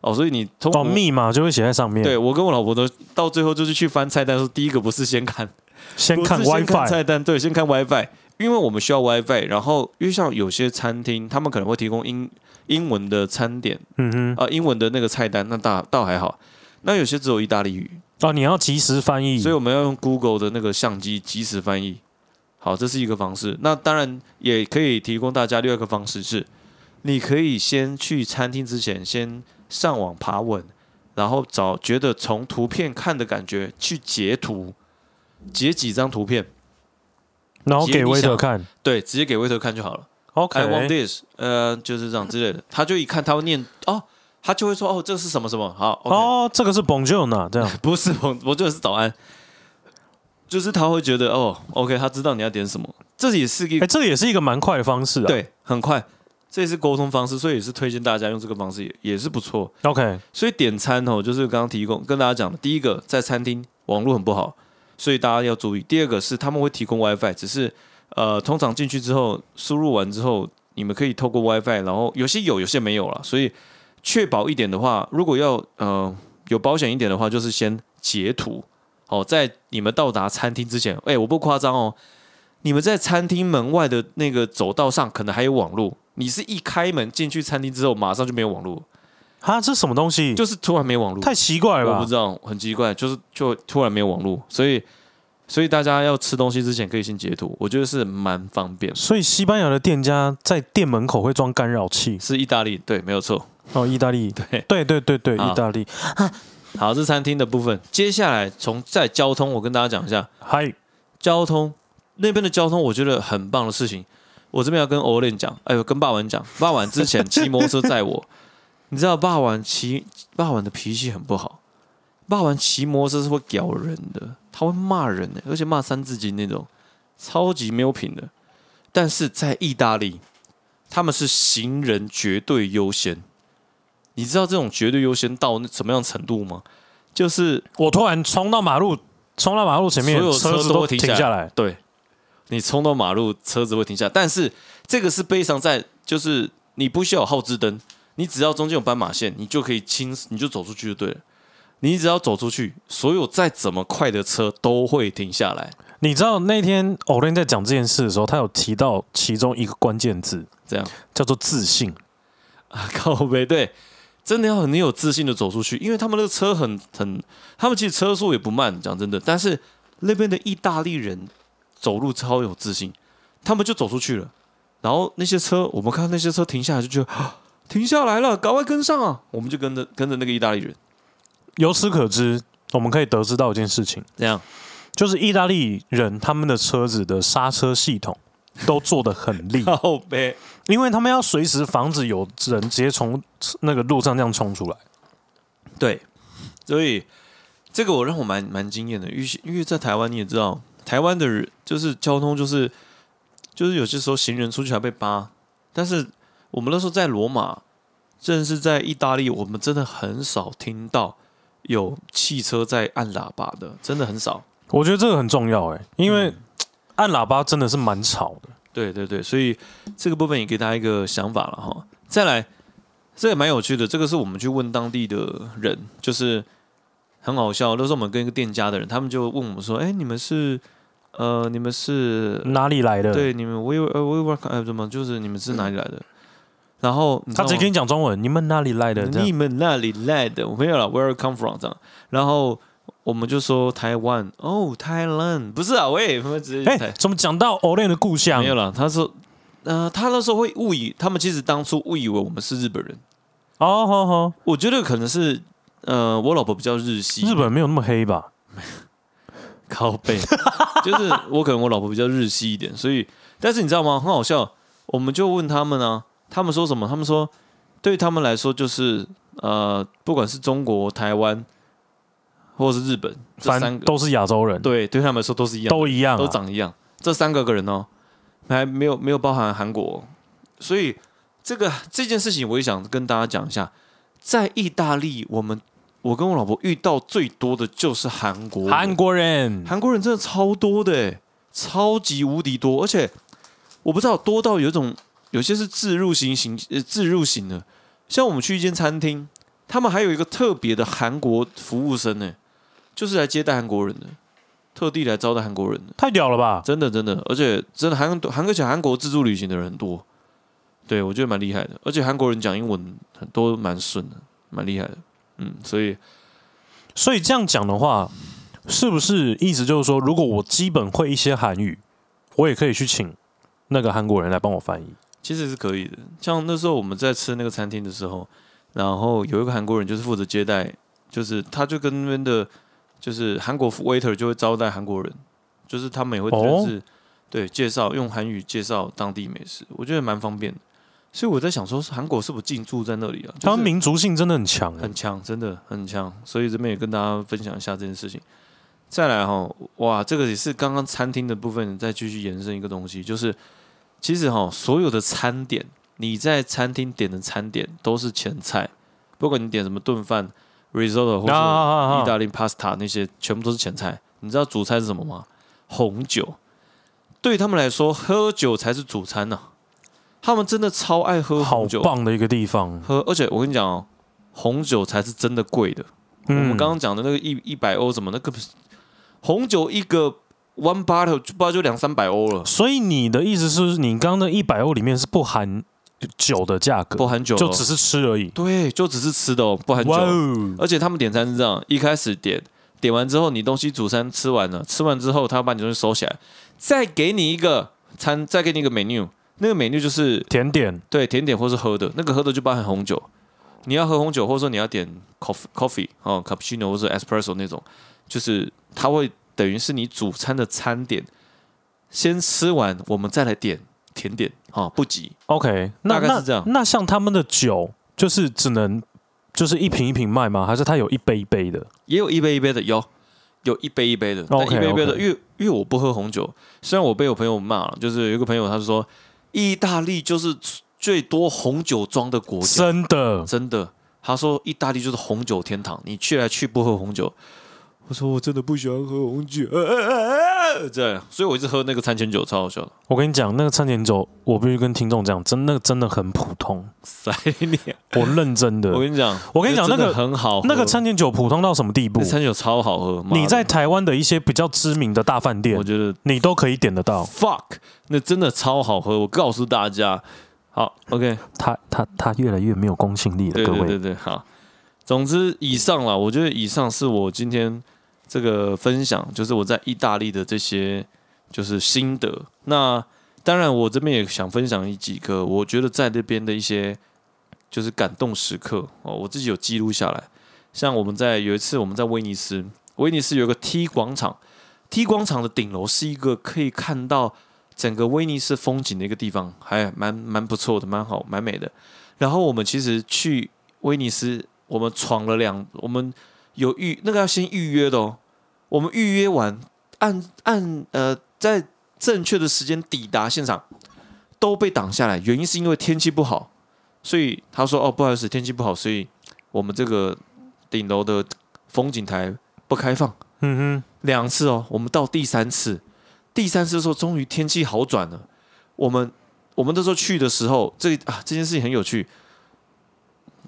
[SPEAKER 2] 哦，所以你通过
[SPEAKER 1] 哦，密码就会写在上面。
[SPEAKER 2] 对，我跟我老婆都到最后就是去翻菜单，说第一个不是先看，
[SPEAKER 1] 先
[SPEAKER 2] 不
[SPEAKER 1] 看
[SPEAKER 2] 是先看
[SPEAKER 1] WiFi。
[SPEAKER 2] 菜单，对，先看 WiFi，因为我们需要 WiFi。然后因为像有些餐厅，他们可能会提供英英文的餐点
[SPEAKER 1] 嗯哼，
[SPEAKER 2] 啊、英文的那个菜单，那大倒还好。那有些只有意大利语，
[SPEAKER 1] 哦，你要及时翻译。
[SPEAKER 2] 所以我们要用 Google 的那个相机即时翻译。好，这是一个方式。那当然也可以提供大家另外一个方式是，你可以先去餐厅之前先上网爬文，然后找觉得从图片看的感觉去截图，截几张图片，
[SPEAKER 1] 然后给威特看。
[SPEAKER 2] 对，直接给威特看就好了。I want
[SPEAKER 1] OK，
[SPEAKER 2] this，呃，就是这样之类的。他就一看，他会念哦，他就会说哦，这是什么什么好。o k
[SPEAKER 1] 哦，这个是 b o n j o n 啊，这样
[SPEAKER 2] 不是我，我就是早安，就是他会觉得哦，OK，他知道你要点什么，这也是一
[SPEAKER 1] 哎，
[SPEAKER 2] 个、
[SPEAKER 1] 这也是一个蛮快的方式啊。
[SPEAKER 2] 对，很快，这也是沟通方式，所以也是推荐大家用这个方式也也是不错。
[SPEAKER 1] ，OK，
[SPEAKER 2] 所以点餐哦，就是刚刚提供跟大家讲的，第一个在餐厅网络很不好，所以大家要注意；第二个是他们会提供 WiFi，只是呃，通常进去之后输入完之后，你们可以透过 WiFi，然后有些有，有些没有了，所以确保一点的话，如果要呃有保险一点的话，就是先截图。哦，在你们到达餐厅之前，哎、我不夸张哦，你们在餐厅门外的那个走道上可能还有网络，你是一开门进去餐厅之后，马上就没有网络，
[SPEAKER 1] 哈，这是什么东西？
[SPEAKER 2] 就是突然没网络，
[SPEAKER 1] 太奇怪了
[SPEAKER 2] 我不
[SPEAKER 1] 吧。
[SPEAKER 2] 知道，很奇怪，就是就突然没有网络，所以所以大家要吃东西之前可以先截图，我觉得是蛮方便。
[SPEAKER 1] 所以西班牙的店家在店门口会装干扰器
[SPEAKER 2] 是意大利，对，没有错。
[SPEAKER 1] 哦，意大利，
[SPEAKER 2] 对啊
[SPEAKER 1] 对对对对，
[SPEAKER 2] 好
[SPEAKER 1] 意大利，
[SPEAKER 2] 好，这是餐厅的部分。接下来从在交通，我跟大家讲一下
[SPEAKER 1] 嗨，
[SPEAKER 2] 交通那边的交通，我觉得很棒的事情。我这边要跟 Olen 讲，哎呦，跟霸王讲，霸王之前骑摩托车载我， 你知道霸王骑霸王的脾气很不好，霸王骑摩托车是会咬人的，他会骂人的，而且骂三字经那种，超级没有品的。但是在意大利，他们是行人绝对优先，你知道这种绝对优先到那什么样程度吗？就是
[SPEAKER 1] 我突然冲到马路，冲到马路前面，
[SPEAKER 2] 所有车
[SPEAKER 1] 车子
[SPEAKER 2] 都
[SPEAKER 1] 都
[SPEAKER 2] 会停
[SPEAKER 1] 停
[SPEAKER 2] 下
[SPEAKER 1] 下来。
[SPEAKER 2] 对，你冲到马路，车子会停下。但是这个是悲伤在，就是你不需要有后置灯，你只要中间有斑马线，你就可以轻，你就走出去就对了。你只要走出去，所有再怎么快的车都会停下来。
[SPEAKER 1] 你知道那天 Olen 在讲这件事的时候，他有提到其中一个关键字
[SPEAKER 2] 这样
[SPEAKER 1] 叫做自信。
[SPEAKER 2] 啊， 靠背对，真的要很有自信的走出去，因为他们那个车很很，他们其实车速也不慢，讲真的。但是那边的意大利人走路超有自信，他们就走出去了。然后那些车，我们看那些车停下来就觉得、 啊停下来了，赶快跟上啊！我们就跟着跟着那个意大利人，
[SPEAKER 1] 由此可知，我们可以得知到一件事情，
[SPEAKER 2] 这样，
[SPEAKER 1] 就是意大利人他们的车子的刹车系统都做得很 利
[SPEAKER 2] 靠背
[SPEAKER 1] 因为他们要随时防止有人直接从那个路上这样冲出来。
[SPEAKER 2] 对，所以这个我让我蛮蛮惊艳的，因为因为在台湾你也知道，台湾的人就是交通就是就是有些时候行人出去还被扒，但是我们那时候在罗马，甚至是在意大利，我们真的很少听到有汽车在按喇叭的，真的很少。
[SPEAKER 1] 我觉得这个很重要、欸，因为
[SPEAKER 2] 嗯
[SPEAKER 1] 按喇叭真的是蛮吵的。
[SPEAKER 2] 对对对，所以这个部分也给大家一个想法了哈。再来，这也蛮有趣的，这个是我们去问当地的人，就是很好笑。那时候我们跟一个店家的人，他们就问我们说：“哎，你们是呃，你们是
[SPEAKER 1] 哪里来的？
[SPEAKER 2] 对你们 we 呃 we work 呃怎么就是你们是哪里来的？”然后你知
[SPEAKER 1] 他
[SPEAKER 2] 道
[SPEAKER 1] 直接
[SPEAKER 2] 吗
[SPEAKER 1] 跟你讲中文，你们哪里来的？这样
[SPEAKER 2] 你们那里来的？我没有了，Where come from 这样。然后我们就说台湾哦，台湾不是啊，喂，我们直接
[SPEAKER 1] 哎、
[SPEAKER 2] 台
[SPEAKER 1] 怎么讲到 Olen 的故乡
[SPEAKER 2] 没？有了，他说，呃，他那时候会误以，他们其实当初误以为我们是日本人。
[SPEAKER 1] 哦，好好，
[SPEAKER 2] 我觉得可能是，呃，我老婆比较日系，
[SPEAKER 1] 日本没有那么黑吧？
[SPEAKER 2] 靠背， 就是我可能我老婆比较日系一点，所以，但是你知道吗？很好笑，我们就问他们啊，他们说什么？他们说，对他们来说就是，呃，不管是中国、台湾，或是日本，这
[SPEAKER 1] 反
[SPEAKER 2] 三
[SPEAKER 1] 正
[SPEAKER 2] 个，
[SPEAKER 1] 都是亚洲人，
[SPEAKER 2] 对，对他们来说都是一样的。
[SPEAKER 1] 都一样、
[SPEAKER 2] 都
[SPEAKER 1] 啊。
[SPEAKER 2] 长一样，这三个个人哦，还没有没有包含韩国哦、所以这个这件事情我也想跟大家讲一下，在意大利，我们我跟我老婆遇到最多的就是韩国人
[SPEAKER 1] 韩国人，
[SPEAKER 2] 韩国人真的超多的欸，超级无敌多，而且我不知道多到有一种有些是自入型型呃自入型的，像我们去一间餐厅，他们还有一个特别的韩国服务生呢，就是来接待韩国人的，特地来招待韩国人的。
[SPEAKER 1] 太屌了吧？
[SPEAKER 2] 真的真的，而且真的韩韩而且韩国自助旅行的人很多，对我觉得蛮厉害的，而且韩国人讲英文很多蛮顺的，蛮厉害的，嗯，所以
[SPEAKER 1] 所以这样讲的话，是不是意思就是说，如果我基本会一些韩语，我也可以去请那个韩国人来帮我翻译？
[SPEAKER 2] 其实是可以的。像那时候我们在吃那个餐厅的时候，然后有一个韩国人就是负责接待就是他就跟那边的，就是韩国 waiter 就会招待韩国人，就是他们也会
[SPEAKER 1] 哦
[SPEAKER 2] 就是、对介绍用韩语介绍当地美食，我觉得蛮方便的。所以我在想说，韩国是不是进驻在那里啊？就
[SPEAKER 1] 他
[SPEAKER 2] 是
[SPEAKER 1] 们民族性真的很强欸，
[SPEAKER 2] 很强，真的很强。所以这边也跟大家分享一下这件事情。再来哈，哇，这个也是刚刚餐厅的部分，再继续延伸一个东西，就是其实哈，所有的餐点，你在餐厅点的餐点都是前菜，不管你点什么炖饭、risotto 或
[SPEAKER 1] 啊
[SPEAKER 2] 者
[SPEAKER 1] 啊啊
[SPEAKER 2] 意大利 pasta 那些，全部都是前菜。你知道主菜是什么吗？红酒。对他们来说，喝酒才是主餐呐、他们真的超爱喝
[SPEAKER 1] 好
[SPEAKER 2] 红酒，
[SPEAKER 1] 棒的一个地方。
[SPEAKER 2] 喝，而且我跟你讲哦，红酒才是真的贵的。
[SPEAKER 1] 嗯
[SPEAKER 2] 我们刚刚讲的那个一一百欧什么，那个红酒一个 one bottle 就不知道就两三百欧了，
[SPEAKER 1] 所以你的意思是你刚刚的一百欧里面是不含酒的价格，
[SPEAKER 2] 不含酒、哦，
[SPEAKER 1] 就只是吃而已。
[SPEAKER 2] 对，就只是吃的哦，不含酒。
[SPEAKER 1] 哇哦！
[SPEAKER 2] 而且他们点餐是这样，一开始点，点完之后你东西主餐吃完了，吃完之后他要把你东西收起来，再给你一个餐，再给你一个 menu，那个 menu 就是
[SPEAKER 1] 甜点
[SPEAKER 2] 对甜点或是喝的，那个喝的就包含红酒。你要喝红酒，或者说你要点 coffee coffee 哦，cappuccino 或者 espresso 那种，就是它会等于是你主餐的餐点，先吃完我们再来点甜点啊、哦，不急。
[SPEAKER 1] ，OK，
[SPEAKER 2] 大
[SPEAKER 1] 那
[SPEAKER 2] 概是
[SPEAKER 1] 那
[SPEAKER 2] 这样
[SPEAKER 1] 那像他们的酒，就是只能就是一瓶一瓶卖吗？还是它有一杯一杯的？
[SPEAKER 2] 也有一杯一杯的，有有一杯一杯的，但
[SPEAKER 1] OK，
[SPEAKER 2] 一杯一杯的
[SPEAKER 1] OK
[SPEAKER 2] 因为因为我不喝红酒，虽然我被我朋友骂了，就是有一个朋友他就说，意大利就是最多红酒庄的国家，
[SPEAKER 1] 真的
[SPEAKER 2] 真的，他说意大利就是红酒天堂，你去来去不喝红酒。我说我真的不喜欢喝红酒，哎对，哎所以我一直喝那个餐前酒，超好笑的。
[SPEAKER 1] 我跟你讲，那个餐前酒，我必须跟听众讲，真那个真的很普通，
[SPEAKER 2] 塞你！
[SPEAKER 1] 我认 真
[SPEAKER 2] 我
[SPEAKER 1] 的。
[SPEAKER 2] 跟你讲，
[SPEAKER 1] 我跟你讲
[SPEAKER 2] 真的
[SPEAKER 1] 那个
[SPEAKER 2] 很好喝，
[SPEAKER 1] 那个餐前酒普通到什么地步
[SPEAKER 2] 那？餐酒超好喝。妈的
[SPEAKER 1] 你在台湾的一些比较知名的大饭店
[SPEAKER 2] 我，觉得
[SPEAKER 1] 你都可以点得到。
[SPEAKER 2] fuck，那真的超好喝。我告诉大家，好，OK，
[SPEAKER 1] 他他他越来越没有公信力了，
[SPEAKER 2] 对
[SPEAKER 1] 各
[SPEAKER 2] 对
[SPEAKER 1] 位
[SPEAKER 2] 对。对，好。总之，以上啦，我觉得以上是我今天这个分享，就是我在意大利的这些就是心得。那当然，我这边也想分享一几个我觉得在那边的一些就是感动时刻哦，我自己有记录下来。像我们在有一次我们在威尼斯，威尼斯有一个 T 广场，T 广场的顶楼是一个可以看到整个威尼斯风景的一个地方，还蛮蛮不错的，蛮好，蛮美的。然后我们其实去威尼斯，我们闯了两，我们有预那个要先预约的哦。我们预约完，按按呃，在正确的时间抵达现场，都被挡下来。原因是因为天气不好，所以他说哦，不好意思，天气不好，所以我们这个顶楼的风景台不开放。
[SPEAKER 1] 嗯
[SPEAKER 2] 两次哦，我们到第三次，第三次的时候，终于天气好转了。我们我们那时候去的时候，这啊这件事情很有趣。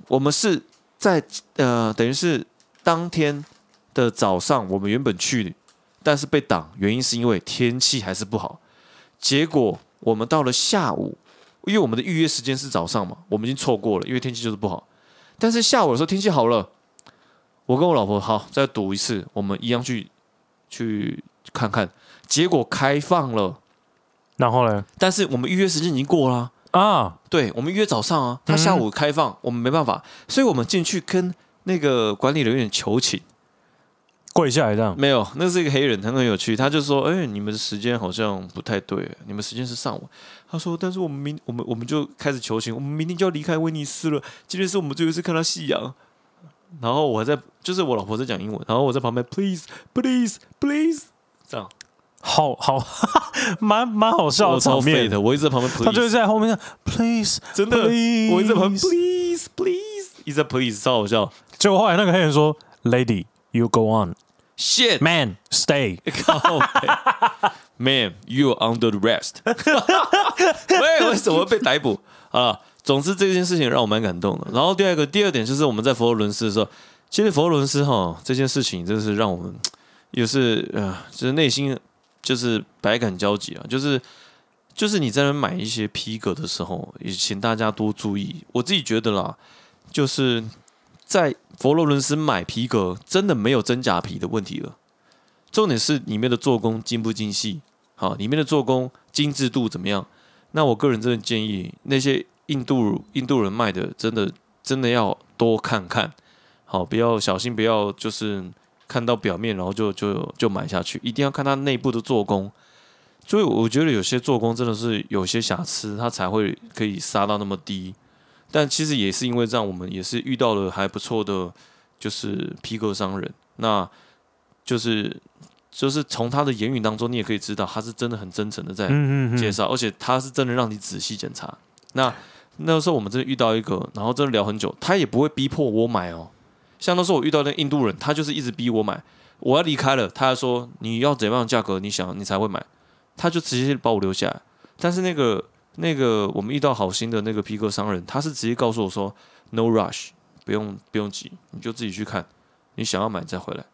[SPEAKER 2] 我们是在呃，等于是当天的早上，我们原本去的，但是被挡，原因是因为天气还是不好。结果我们到了下午，因为我们的预约时间是早上嘛，我们已经错过了，因为天气就是不好。但是下午的时候天气好了，我跟我老婆好再赌一次，我们一样去去看看。结果开放了，
[SPEAKER 1] 哼，然后嘞
[SPEAKER 2] 但是我们预约时间已经过了啊、
[SPEAKER 1] 啊，
[SPEAKER 2] 对，我们约早上啊，他下午开放，我们没办法，所以我们进去跟那个管理人员求情。
[SPEAKER 1] 跪下来这样，
[SPEAKER 2] 没有，那是一个黑人，他很有趣，他就说：“哎、你们的时间好像不太对，你们时间是上午。”他说：“但是我们明我们我们就开始求情，我们明天就要离开威尼斯了，今天是我们最后一次看到夕阳。”然后我还在，就是我老婆在讲英文，然后我在旁边，please please please，这样，
[SPEAKER 1] 好好， 蛮蛮好笑
[SPEAKER 2] 我
[SPEAKER 1] 的
[SPEAKER 2] 超
[SPEAKER 1] 场
[SPEAKER 2] 废
[SPEAKER 1] 面。
[SPEAKER 2] 的，我一直在旁边
[SPEAKER 1] 他就是
[SPEAKER 2] please，
[SPEAKER 1] 在后面这样 please，
[SPEAKER 2] 真的，我一直在旁边 please
[SPEAKER 1] please
[SPEAKER 2] please，一直在 please，超好笑
[SPEAKER 1] 结果后来那个黑人说，Lady，you go
[SPEAKER 2] ，shit。
[SPEAKER 1] on，man，stay。
[SPEAKER 2] 哎靠北，Man, you are under arrest 喂，为什么被逮捕啊？总之这件事情让我蛮感动的。然后第二个，第二点就是我们在佛罗伦斯的时候，其实佛罗伦斯哈这件事情真的是让我们也是呃，就是内心就是百感交集啊，就是。就是你在那买一些皮革的时候，也请大家多注意。我自己觉得啦，就是在佛罗伦斯买皮革，真的没有真假皮的问题了。重点是里面的做工精不精细，好，里面的做工精致度怎么样？那我个人真的建议那些印度印度人卖的，真的真的要多看看，好，不要小心，不要就是看到表面，然后就就就买下去，一定要看它内部的做工。所以我觉得有些做工真的是有些瑕疵，它才会可以杀到那么低。但其实也是因为这样，我们也是遇到了还不错的，就是批购商人，那就是就是从他的言语当中，你也可以知道他是真的很真诚的在
[SPEAKER 1] 嗯嗯
[SPEAKER 2] 介
[SPEAKER 1] 嗯，
[SPEAKER 2] 绍，而且他是真的让你仔细检查。那那时候我们真的遇到一个，然后真的聊很久，他也不会逼迫我买哦。像那时候我遇到那个印度人，他就是一直逼我买，我要离开了，他还说你要怎样的价格，你想你才会买，他就直接把我留下来。但是那个那个我们遇到好心的那个皮革商人，他是直接告诉我说 no rush，不用不用急，你就自己去看，你想要买再回来。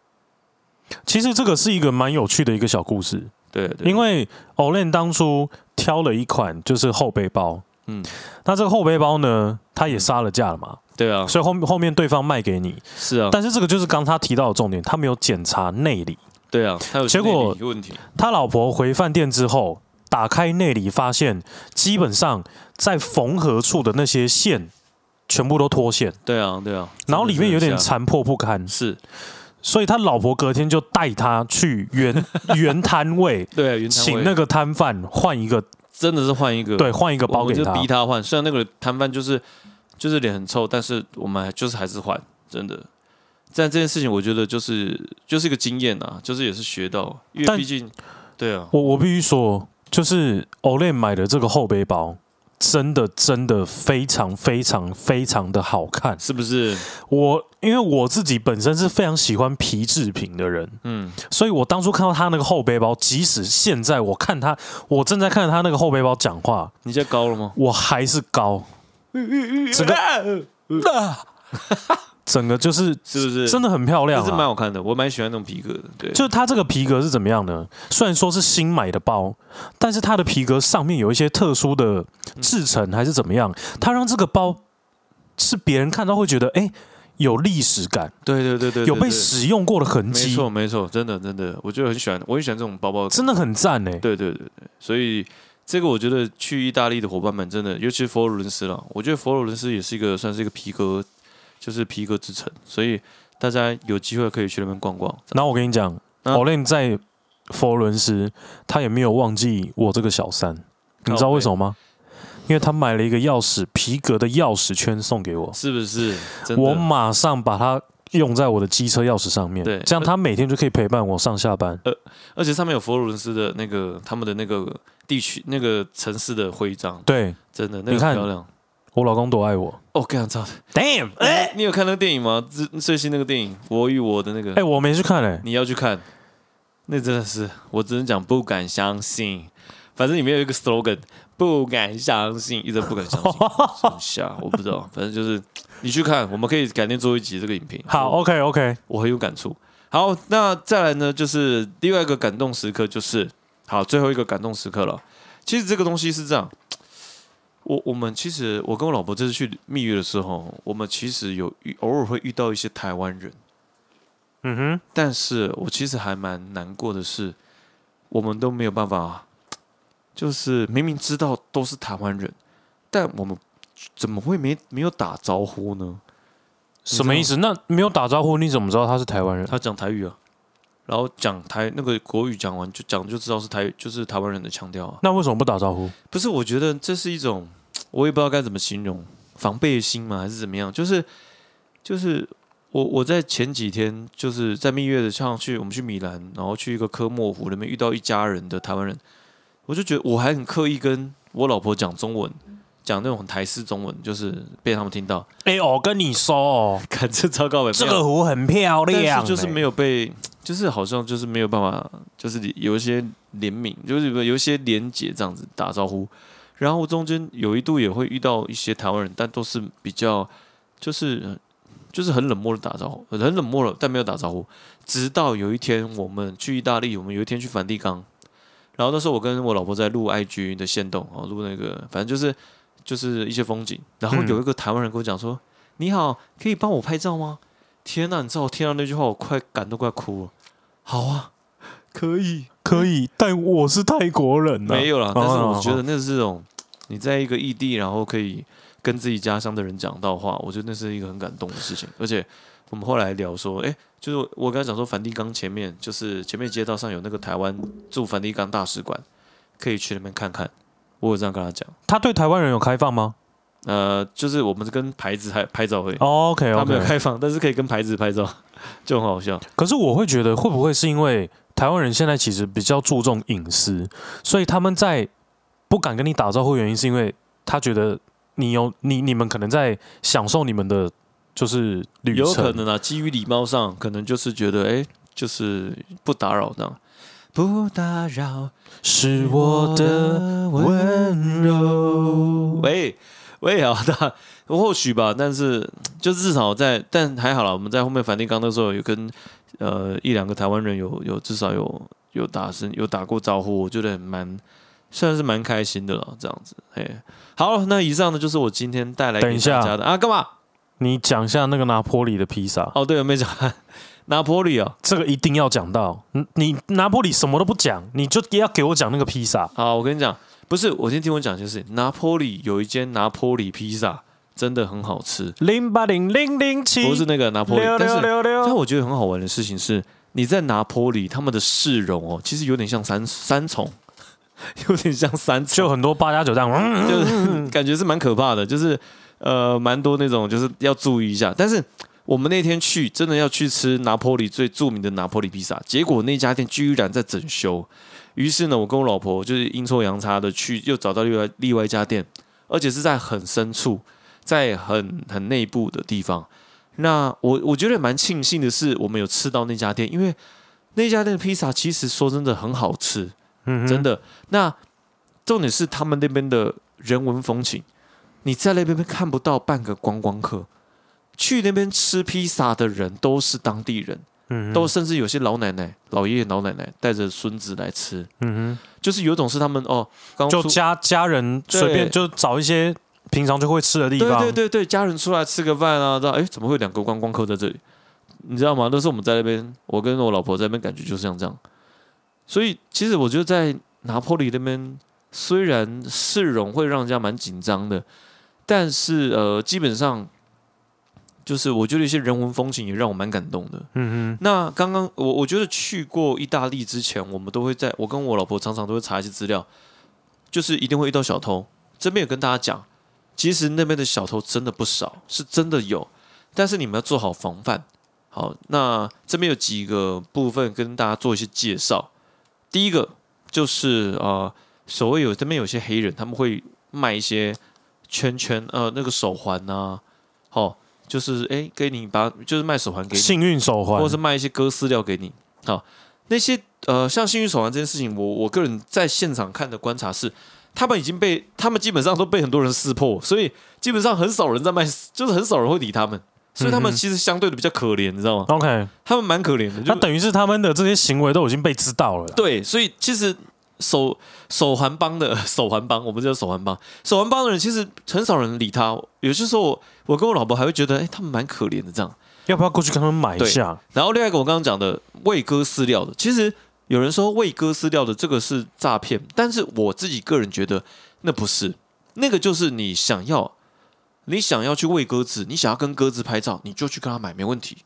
[SPEAKER 1] 其实这个是一个蛮有趣的一个小故事。
[SPEAKER 2] 对对，
[SPEAKER 1] 因为 Olen 当初挑了一款就是后背包，
[SPEAKER 2] 嗯，
[SPEAKER 1] 那这个后背包呢，它也杀了价了嘛，
[SPEAKER 2] 对啊，
[SPEAKER 1] 所以后后面对方卖给你，
[SPEAKER 2] 是啊，
[SPEAKER 1] 但是这个就是刚他提到的重点，他没有检查内里，
[SPEAKER 2] 对啊，他有
[SPEAKER 1] 结果
[SPEAKER 2] 心理问题，
[SPEAKER 1] 他老婆回饭店之后。打开内里，发现基本上在缝合处的那些线全部都脱线，
[SPEAKER 2] 对啊对啊，
[SPEAKER 1] 然后里面有点
[SPEAKER 2] 真的是这样
[SPEAKER 1] 残破不堪，
[SPEAKER 2] 是，
[SPEAKER 1] 所以他老婆隔天就带他去原原摊位，
[SPEAKER 2] 对啊， 原摊
[SPEAKER 1] 请
[SPEAKER 2] 位
[SPEAKER 1] 那个摊贩换一个，
[SPEAKER 2] 真的是换一个，
[SPEAKER 1] 对，换一个包
[SPEAKER 2] 我们
[SPEAKER 1] 给
[SPEAKER 2] 就
[SPEAKER 1] 他，
[SPEAKER 2] 逼他换。虽然那个摊贩就是就是脸很臭，但是我们还就是还是换，真的。但这件事情，我觉得就是就是一个经验啊，就是也是学到，因为
[SPEAKER 1] 但
[SPEAKER 2] 毕竟对啊，
[SPEAKER 1] 我我必须说，就是 Olay 买的这个后背包，真的真的非常非常非常的好看。
[SPEAKER 2] 是不是？
[SPEAKER 1] 我因为我自己本身是非常喜欢皮制品的人，
[SPEAKER 2] 嗯，
[SPEAKER 1] 所以我当初看到他那个后背包，即使现在我看他，我正在看着他那个后背包讲话，
[SPEAKER 2] 你现在高了吗？
[SPEAKER 1] 我还是高，
[SPEAKER 2] 嗯
[SPEAKER 1] 整个啊 整个就是
[SPEAKER 2] 是不是？
[SPEAKER 1] 真
[SPEAKER 2] 的，
[SPEAKER 1] 的很漂亮、
[SPEAKER 2] 这是蛮
[SPEAKER 1] 啊。
[SPEAKER 2] 好看的，我蛮喜欢那种皮革的。对，
[SPEAKER 1] 就是它这个皮革是怎么样呢？虽然说是新买的包，但是它的皮革上面有一些特殊的制成还是怎么样，它让这个包是别人看到会觉得哎、诶有历史感，
[SPEAKER 2] 对对对对，
[SPEAKER 1] 有
[SPEAKER 2] 对对
[SPEAKER 1] 被使用过的痕
[SPEAKER 2] 没
[SPEAKER 1] 迹，
[SPEAKER 2] 错没错，真的真的，我就很喜欢，我很喜欢这种包包的
[SPEAKER 1] 真的很赞哎、
[SPEAKER 2] 对对对对，所以这个我觉得去意大利的伙伴们真的，尤其是佛罗伦斯了，我觉得佛罗伦斯也是一个算是一个皮革，就是皮革之城，所以大家有机会可以去那边逛逛。
[SPEAKER 1] 然后我跟你讲、
[SPEAKER 2] 啊
[SPEAKER 1] o l e n 在佛罗伦斯，他也没有忘记我这个小三，你
[SPEAKER 2] 哦
[SPEAKER 1] 知道为什么吗？因为他买了一个钥匙皮革的钥匙圈送给我，
[SPEAKER 2] 是不是？真
[SPEAKER 1] 我
[SPEAKER 2] 的，
[SPEAKER 1] 马上把它用在我的机车钥匙上面，
[SPEAKER 2] 对呃
[SPEAKER 1] 这样它每天就可以陪伴我上下班。
[SPEAKER 2] 而且上面有佛罗伦斯的那个他们的那个地区、那个城市的徽章，
[SPEAKER 1] 对
[SPEAKER 2] 真的，那
[SPEAKER 1] 你
[SPEAKER 2] 个
[SPEAKER 1] 看
[SPEAKER 2] 很漂亮。
[SPEAKER 1] 我老公多爱我
[SPEAKER 2] 哦，干操！
[SPEAKER 1] ，damn！哎、
[SPEAKER 2] 你有看那个电影吗？最最新那个电影《我与我的那个》
[SPEAKER 1] 哎，我没去看哎、
[SPEAKER 2] 你要去看，那真的是，我只能讲不敢相信。反正里面有一个 slogan，不敢相信，一直不敢相信，真瞎，我不知道。反正就是你去看，我们可以改天做一集这个影评。
[SPEAKER 1] 好
[SPEAKER 2] 我
[SPEAKER 1] ，OK OK，
[SPEAKER 2] 我很有感触。好，那再来呢，就是另外一个感动时刻，就是好最后一个感动时刻了。其实这个东西是这样，我我们其实我跟我老婆这次去蜜月的时候，我们其实有遇偶尔会遇到一些台湾人。
[SPEAKER 1] 嗯哼，
[SPEAKER 2] 但是我其实还蛮难过的是，我们都没有办法，就是明明知道都是台湾人，但我们怎么会没没有打招呼呢？
[SPEAKER 1] 什么意思？那没有打招呼，你怎么知道他是台湾人？
[SPEAKER 2] 他讲台语啊，然后讲台那个国语讲完就讲就知道是台语就是台湾人的腔调啊。
[SPEAKER 1] 那为什么不打招呼？
[SPEAKER 2] 不是，我觉得这是一种，我也不知道该怎么形容，防备心嘛，还是怎么样？就是就是我我在前几天就是在蜜月的上去，我们去米兰，然后去一个科莫湖那边遇到一家人的台湾人，我就觉得我还很刻意跟我老婆讲中文，讲那种台式中文，就是被他们听到，
[SPEAKER 1] 哎、我跟你说哦，
[SPEAKER 2] 看这糟糕吧，
[SPEAKER 1] 这个湖很漂亮、
[SPEAKER 2] 但是就是
[SPEAKER 1] 哎
[SPEAKER 2] 没有被，就是好像就是没有办法，就是有一些怜悯，就是有一些连结这样子打招呼。然后中间有一度也会遇到一些台湾人，但都是比较就是就是很冷漠的打招呼，很冷漠了，但没有打招呼。直到有一天我们去意大利，我们有一天去梵蒂冈，然后那时候我跟我老婆在录 IG 的线动，哦，录那个反正就是就是一些风景。然后
[SPEAKER 1] 嗯
[SPEAKER 2] 有一个台湾人跟我讲说：“你好，可以帮我拍照吗？”天呐，你知道我听到那句话，我快感动快哭了。好啊，可以，
[SPEAKER 1] 可以，但我是泰国人呐、
[SPEAKER 2] 没有啦，但是
[SPEAKER 1] 哦
[SPEAKER 2] 我觉得那是这种你在一个异地，然后可以跟自己家乡的人讲到话，我觉得那是一个很感动的事情，而且我们后来聊说，哎，就是我刚才讲说梵蒂冈前面，就是前面街道上有那个台湾驻梵蒂冈大使馆，可以去那边看看。我有这样跟他讲，
[SPEAKER 1] 他对台湾人有开放吗
[SPEAKER 2] 呃，就是我们是跟牌子拍拍照
[SPEAKER 1] 哦
[SPEAKER 2] 会，
[SPEAKER 1] ？OK
[SPEAKER 2] 他没有
[SPEAKER 1] OK。
[SPEAKER 2] 开放，但是可以跟牌子拍照，就很好笑。
[SPEAKER 1] 可是我会觉得，会不会是因为台湾人现在其实比较注重隐私，所以他们在不敢跟你打招呼，原因是因为他觉得你有你你们可能在享受你们的就是旅程，
[SPEAKER 2] 有可能啊，基于礼貌上，可能就是觉得，哎、就是不打扰这样。不打扰
[SPEAKER 1] 是我的。温柔。
[SPEAKER 2] 喂喂好的，或许吧，但是就至少在，但还好啦，我们在后面梵蒂冈的时候有跟呃一两个台湾人有有至少有有打声有打过招呼，我觉得蛮算是蛮开心的了，这样子。嘿，好，那以上呢就是我今天带来
[SPEAKER 1] 等
[SPEAKER 2] 给
[SPEAKER 1] 一下
[SPEAKER 2] 大家的啊，干嘛？
[SPEAKER 1] 你讲一下那个拿坡里的披萨，
[SPEAKER 2] 哦，对，我没讲 拿破里啊。
[SPEAKER 1] 这个一定要讲到。你你拿坡里什么都不讲，你就也要给我讲那个披萨。
[SPEAKER 2] 好，我跟你讲，不是，我先听我讲一件事情。拿坡里有一间拿坡里披萨，真的很好吃，
[SPEAKER 1] 零八零零零七
[SPEAKER 2] 不是那个拿坡里，
[SPEAKER 1] 六
[SPEAKER 2] 但
[SPEAKER 1] 六
[SPEAKER 2] 是
[SPEAKER 1] 六
[SPEAKER 2] 但
[SPEAKER 1] 六，
[SPEAKER 2] 我觉得很好玩的事情是，你在拿坡里，他们的市容哦，其实有点像三三重，有点像三重，
[SPEAKER 1] 就很多八加九这样。嗯
[SPEAKER 2] 就是 感觉是蛮可怕的，就是呃，蛮多那种就是要注意一下。但是我们那天去，真的要去吃拿坡里最著名的拿坡里披萨，结果那家店居然在整修。于是呢，我跟我老婆就是阴错阳差的去，又找到另外另外一家店，而且是在很深处，在很很内部的地方。那我我觉得蛮庆幸的是，我们有吃到那家店，因为那家店的披萨其实说真的很好吃。
[SPEAKER 1] 嗯哼
[SPEAKER 2] 真的。那重点是他们那边的人文风情，你在那边看不到半个观光客。去那边吃披萨的人都是当地人，
[SPEAKER 1] 嗯哼
[SPEAKER 2] 都甚至有些老奶奶、老爷爷、老奶奶带着孙子来吃，
[SPEAKER 1] 嗯
[SPEAKER 2] 就是有种是他们哦，刚
[SPEAKER 1] 哼，就
[SPEAKER 2] 出
[SPEAKER 1] 家家人
[SPEAKER 2] 对
[SPEAKER 1] 随便就找一些平常就会吃的地
[SPEAKER 2] 对
[SPEAKER 1] 方。
[SPEAKER 2] 对对对，家人出来吃个饭啊，知道哎，诶怎么会有两个观光客在这里？你知道吗？那时候我们在那边，我跟我老婆在那边，感觉就是像这样。所以其实我觉得在拿破里那边，虽然市容会让人家蛮紧张的，但是呃，基本上就是我觉得一些人文风情也让我蛮感动的。
[SPEAKER 1] 嗯哼，
[SPEAKER 2] 那刚刚我我觉得去过意大利之前，我们都会在我跟我老婆常常都会查一些资料，就是一定会遇到小偷。这边也跟大家讲，其实那边的小偷真的不少，是真的有，但是你们要做好防范。好，那这边有几个部分跟大家做一些介绍。第一个就是呃，所谓有这边有些黑人他们会卖一些圈圈，呃，那个手环呐、好、就是诶，给你把就是卖手环给你，
[SPEAKER 1] 幸运手环
[SPEAKER 2] 或者是卖一些割饲料给你。好，那些呃，像幸运手环这件事情，我我个人在现场看的观察是，他们已经被他们基本上都被很多人识破，所以基本上很少人在卖，就是很少人会理他们，所以他们
[SPEAKER 1] 嗯哼
[SPEAKER 2] 其实相对的比较可怜，你知道吗？
[SPEAKER 1] OK，
[SPEAKER 2] 他们蛮可怜的，就
[SPEAKER 1] 那等于是他们的这些行为都已经被知道了啦。
[SPEAKER 2] 对，所以其实手手环帮的 手环帮，我们叫手环帮，手环帮的人其实很少人理他，有些时候我我跟我老婆还会觉得，哎，他们蛮可怜的这样。
[SPEAKER 1] 要不要过去跟他们买一
[SPEAKER 2] 对
[SPEAKER 1] 下？
[SPEAKER 2] 然后另外一个我刚刚讲的喂鸽饲料的，其实有人说喂鸽饲料的这个是诈骗，但是我自己个人觉得那不是，那个就是你想要，你想要去喂鸽子，你想要跟鸽子拍照，你就去跟他买，没问题，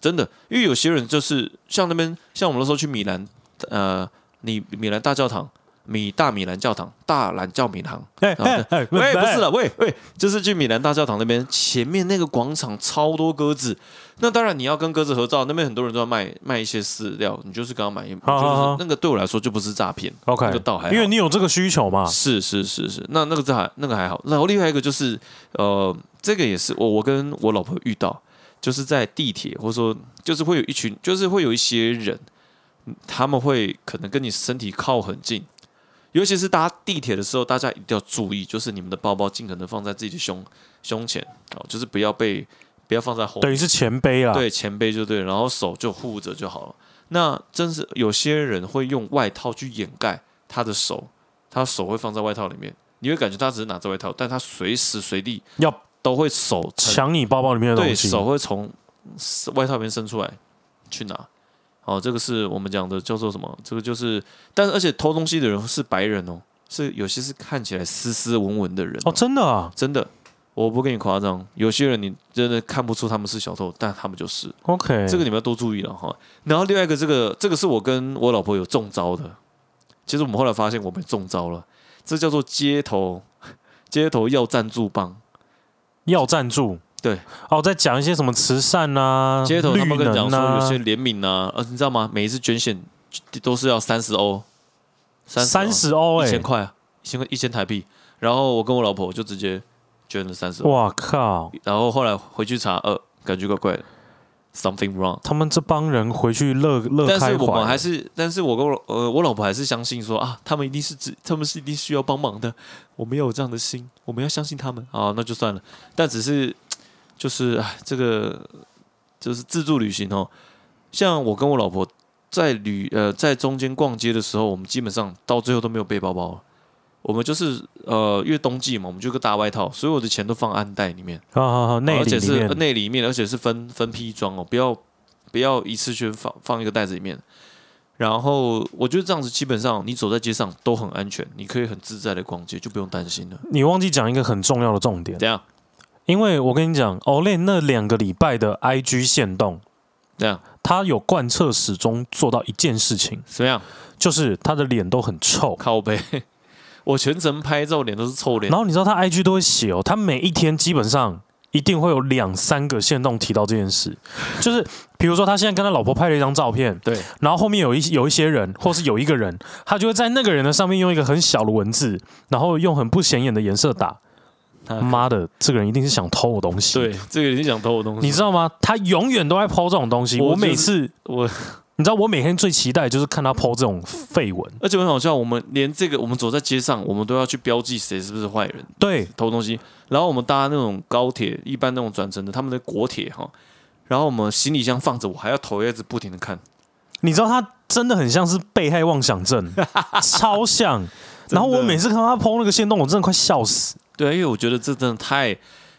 [SPEAKER 2] 真的，因为有些人就是像那边，像我们那时候去米兰，呃，你米兰大教堂。米大米兰教堂，大兰教米堂，
[SPEAKER 1] 哎
[SPEAKER 2] 然后
[SPEAKER 1] 哎哎，
[SPEAKER 2] 喂，不是了，喂喂，就是去米兰大教堂那边前面那个广场超多鸽子，那当然你要跟鸽子合照，那边很多人都要卖卖一些饲料，你就是跟他买，一，
[SPEAKER 1] 好好好
[SPEAKER 2] 就是那个对我来说就不是诈骗，
[SPEAKER 1] OK，
[SPEAKER 2] 那个倒还好
[SPEAKER 1] 因为你有这个需求嘛。
[SPEAKER 2] 是是是是，那那个这还那个还好，然后另外一个就是呃，这个也是我我跟我老婆遇到，就是在地铁或者说就是会有一群，就是会有一些人，嗯他们会可能跟你身体靠很近，尤其是搭地铁的时候，大家一定要注意，就是你们的包包尽可能放在自己的胸胸前哦，就是不要被不要放在后面
[SPEAKER 1] 等于是前辈啦，
[SPEAKER 2] 对，前辈就对，然后手就护着就好了。那真是有些人会用外套去掩盖他的手，他手会放在外套里面，你会感觉他只是拿着外套，但他随时随地
[SPEAKER 1] 要
[SPEAKER 2] 都会手从
[SPEAKER 1] 抢你包包里面的
[SPEAKER 2] 对
[SPEAKER 1] 东西。
[SPEAKER 2] 手会从外套里面伸出来去拿。哦，这个是我们讲的叫做什么？这个就是，但是而且偷东西的人是白人哦，是有些是看起来斯斯文文的人
[SPEAKER 1] 哦，真的啊，
[SPEAKER 2] 真的，我不跟你夸张，有些人你真的看不出他们是小偷，但他们就是。
[SPEAKER 1] OK，
[SPEAKER 2] 这个你们要多注意了哈。然后另外一个，这个这个是我跟我老婆有中招的。其实我们后来发现我们中招了，这叫做街头街头要赞助帮。
[SPEAKER 1] 要赞助。
[SPEAKER 2] 对，
[SPEAKER 1] 哦，在讲一些什么慈善啊，
[SPEAKER 2] 街头他们
[SPEAKER 1] 绿
[SPEAKER 2] 跟你讲
[SPEAKER 1] 能
[SPEAKER 2] 说
[SPEAKER 1] 啊
[SPEAKER 2] 有些联名啊，呃，你知道吗？每一次捐献都是要三十欧，
[SPEAKER 1] 三十欧
[SPEAKER 2] 一
[SPEAKER 1] 哎
[SPEAKER 2] 千，块啊，一千块一千台币。然后我跟我老婆就直接捐了三十欧，
[SPEAKER 1] 哇靠！
[SPEAKER 2] 然后后来回去查，呃，感觉怪怪的，something wrong。
[SPEAKER 1] 他们这帮人回去乐乐
[SPEAKER 2] 但
[SPEAKER 1] 开
[SPEAKER 2] 是我
[SPEAKER 1] 怀
[SPEAKER 2] 们，还是，但是我跟我呃我老婆还是相信说啊，他们一定是只，他们是一定需要帮忙的，我们要有这样的心，我们要相信他们啊，那就算了。但只是就是哎，这个就是自助旅行哦，像我跟我老婆在旅呃在中间逛街的时候，我们基本上到最后都没有背包包了。我们就是呃，因为冬季嘛，我们就有个大外套，所有的钱都放暗袋里面。
[SPEAKER 1] 啊啊啊内
[SPEAKER 2] 而
[SPEAKER 1] 里
[SPEAKER 2] 且
[SPEAKER 1] 里
[SPEAKER 2] 是呃
[SPEAKER 1] 面
[SPEAKER 2] 内里面，而且是分分批装哦，不要不要一次去放放一个袋子里面。然后我觉得这样子基本上你走在街上都很安全，你可以很自在的逛街，就不用担心了。
[SPEAKER 1] 你忘记讲一个很重要的重点，
[SPEAKER 2] 怎样？
[SPEAKER 1] 因为我跟你讲，Olay 那两个礼拜的 IG 限动，
[SPEAKER 2] 怎样？
[SPEAKER 1] 他有贯彻始终做到一件事情，
[SPEAKER 2] 怎么样？
[SPEAKER 1] 就是他的脸都很臭。
[SPEAKER 2] 靠背， 我全程拍照，脸都是臭脸
[SPEAKER 1] 然。后你知道他 IG 都会写哦，他每一天基本上一定会有两三个限动提到这件事，就是比如说他现在跟他老婆拍了一张照片，
[SPEAKER 2] 对，
[SPEAKER 1] 然后后面有一有一些人，或是有一个人，他就会在那个人的上面用一个很小的文字，然后用很不显眼的颜色打。
[SPEAKER 2] 他
[SPEAKER 1] 妈的，这个人一定是想偷我东西。
[SPEAKER 2] 嗯对，，这个已经想偷我东西。
[SPEAKER 1] 你知道吗？他永远都在抛这种东西。
[SPEAKER 2] 我
[SPEAKER 1] 我
[SPEAKER 2] 就是
[SPEAKER 1] 每次，
[SPEAKER 2] 我，
[SPEAKER 1] 你知道，我每天最期待就是看他抛这种绯闻。
[SPEAKER 2] 而且很好笑，我们连这个我们走在街上，我们都要去标记谁是不是坏人。
[SPEAKER 1] 对，
[SPEAKER 2] 偷东西。然后我们搭那种高铁，一般那种转乘的，他们的国铁哈。然后我们行李箱放着，我还要头一直不停的看。
[SPEAKER 1] 你知道他真的很像是被害妄 想症，超像。
[SPEAKER 2] 的
[SPEAKER 1] 然后我每次看到他抛那个线动，我真的快笑死。
[SPEAKER 2] 对，因为我觉得这真的太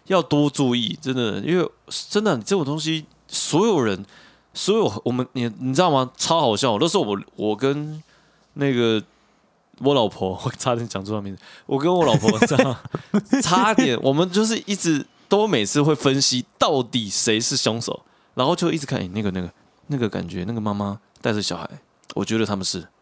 [SPEAKER 2] 要多注意，真的，因为真的这种东西，所有人，所有我们，你你知道吗？超好笑。那时候我我跟那个 我老婆，我差点讲出她名字，我跟我老婆这样，差点，我们就是一直都每次会分析到底谁是凶手，然后就一直看，哎、那个那个那个感觉，那个妈妈带着小孩，我觉得他们是。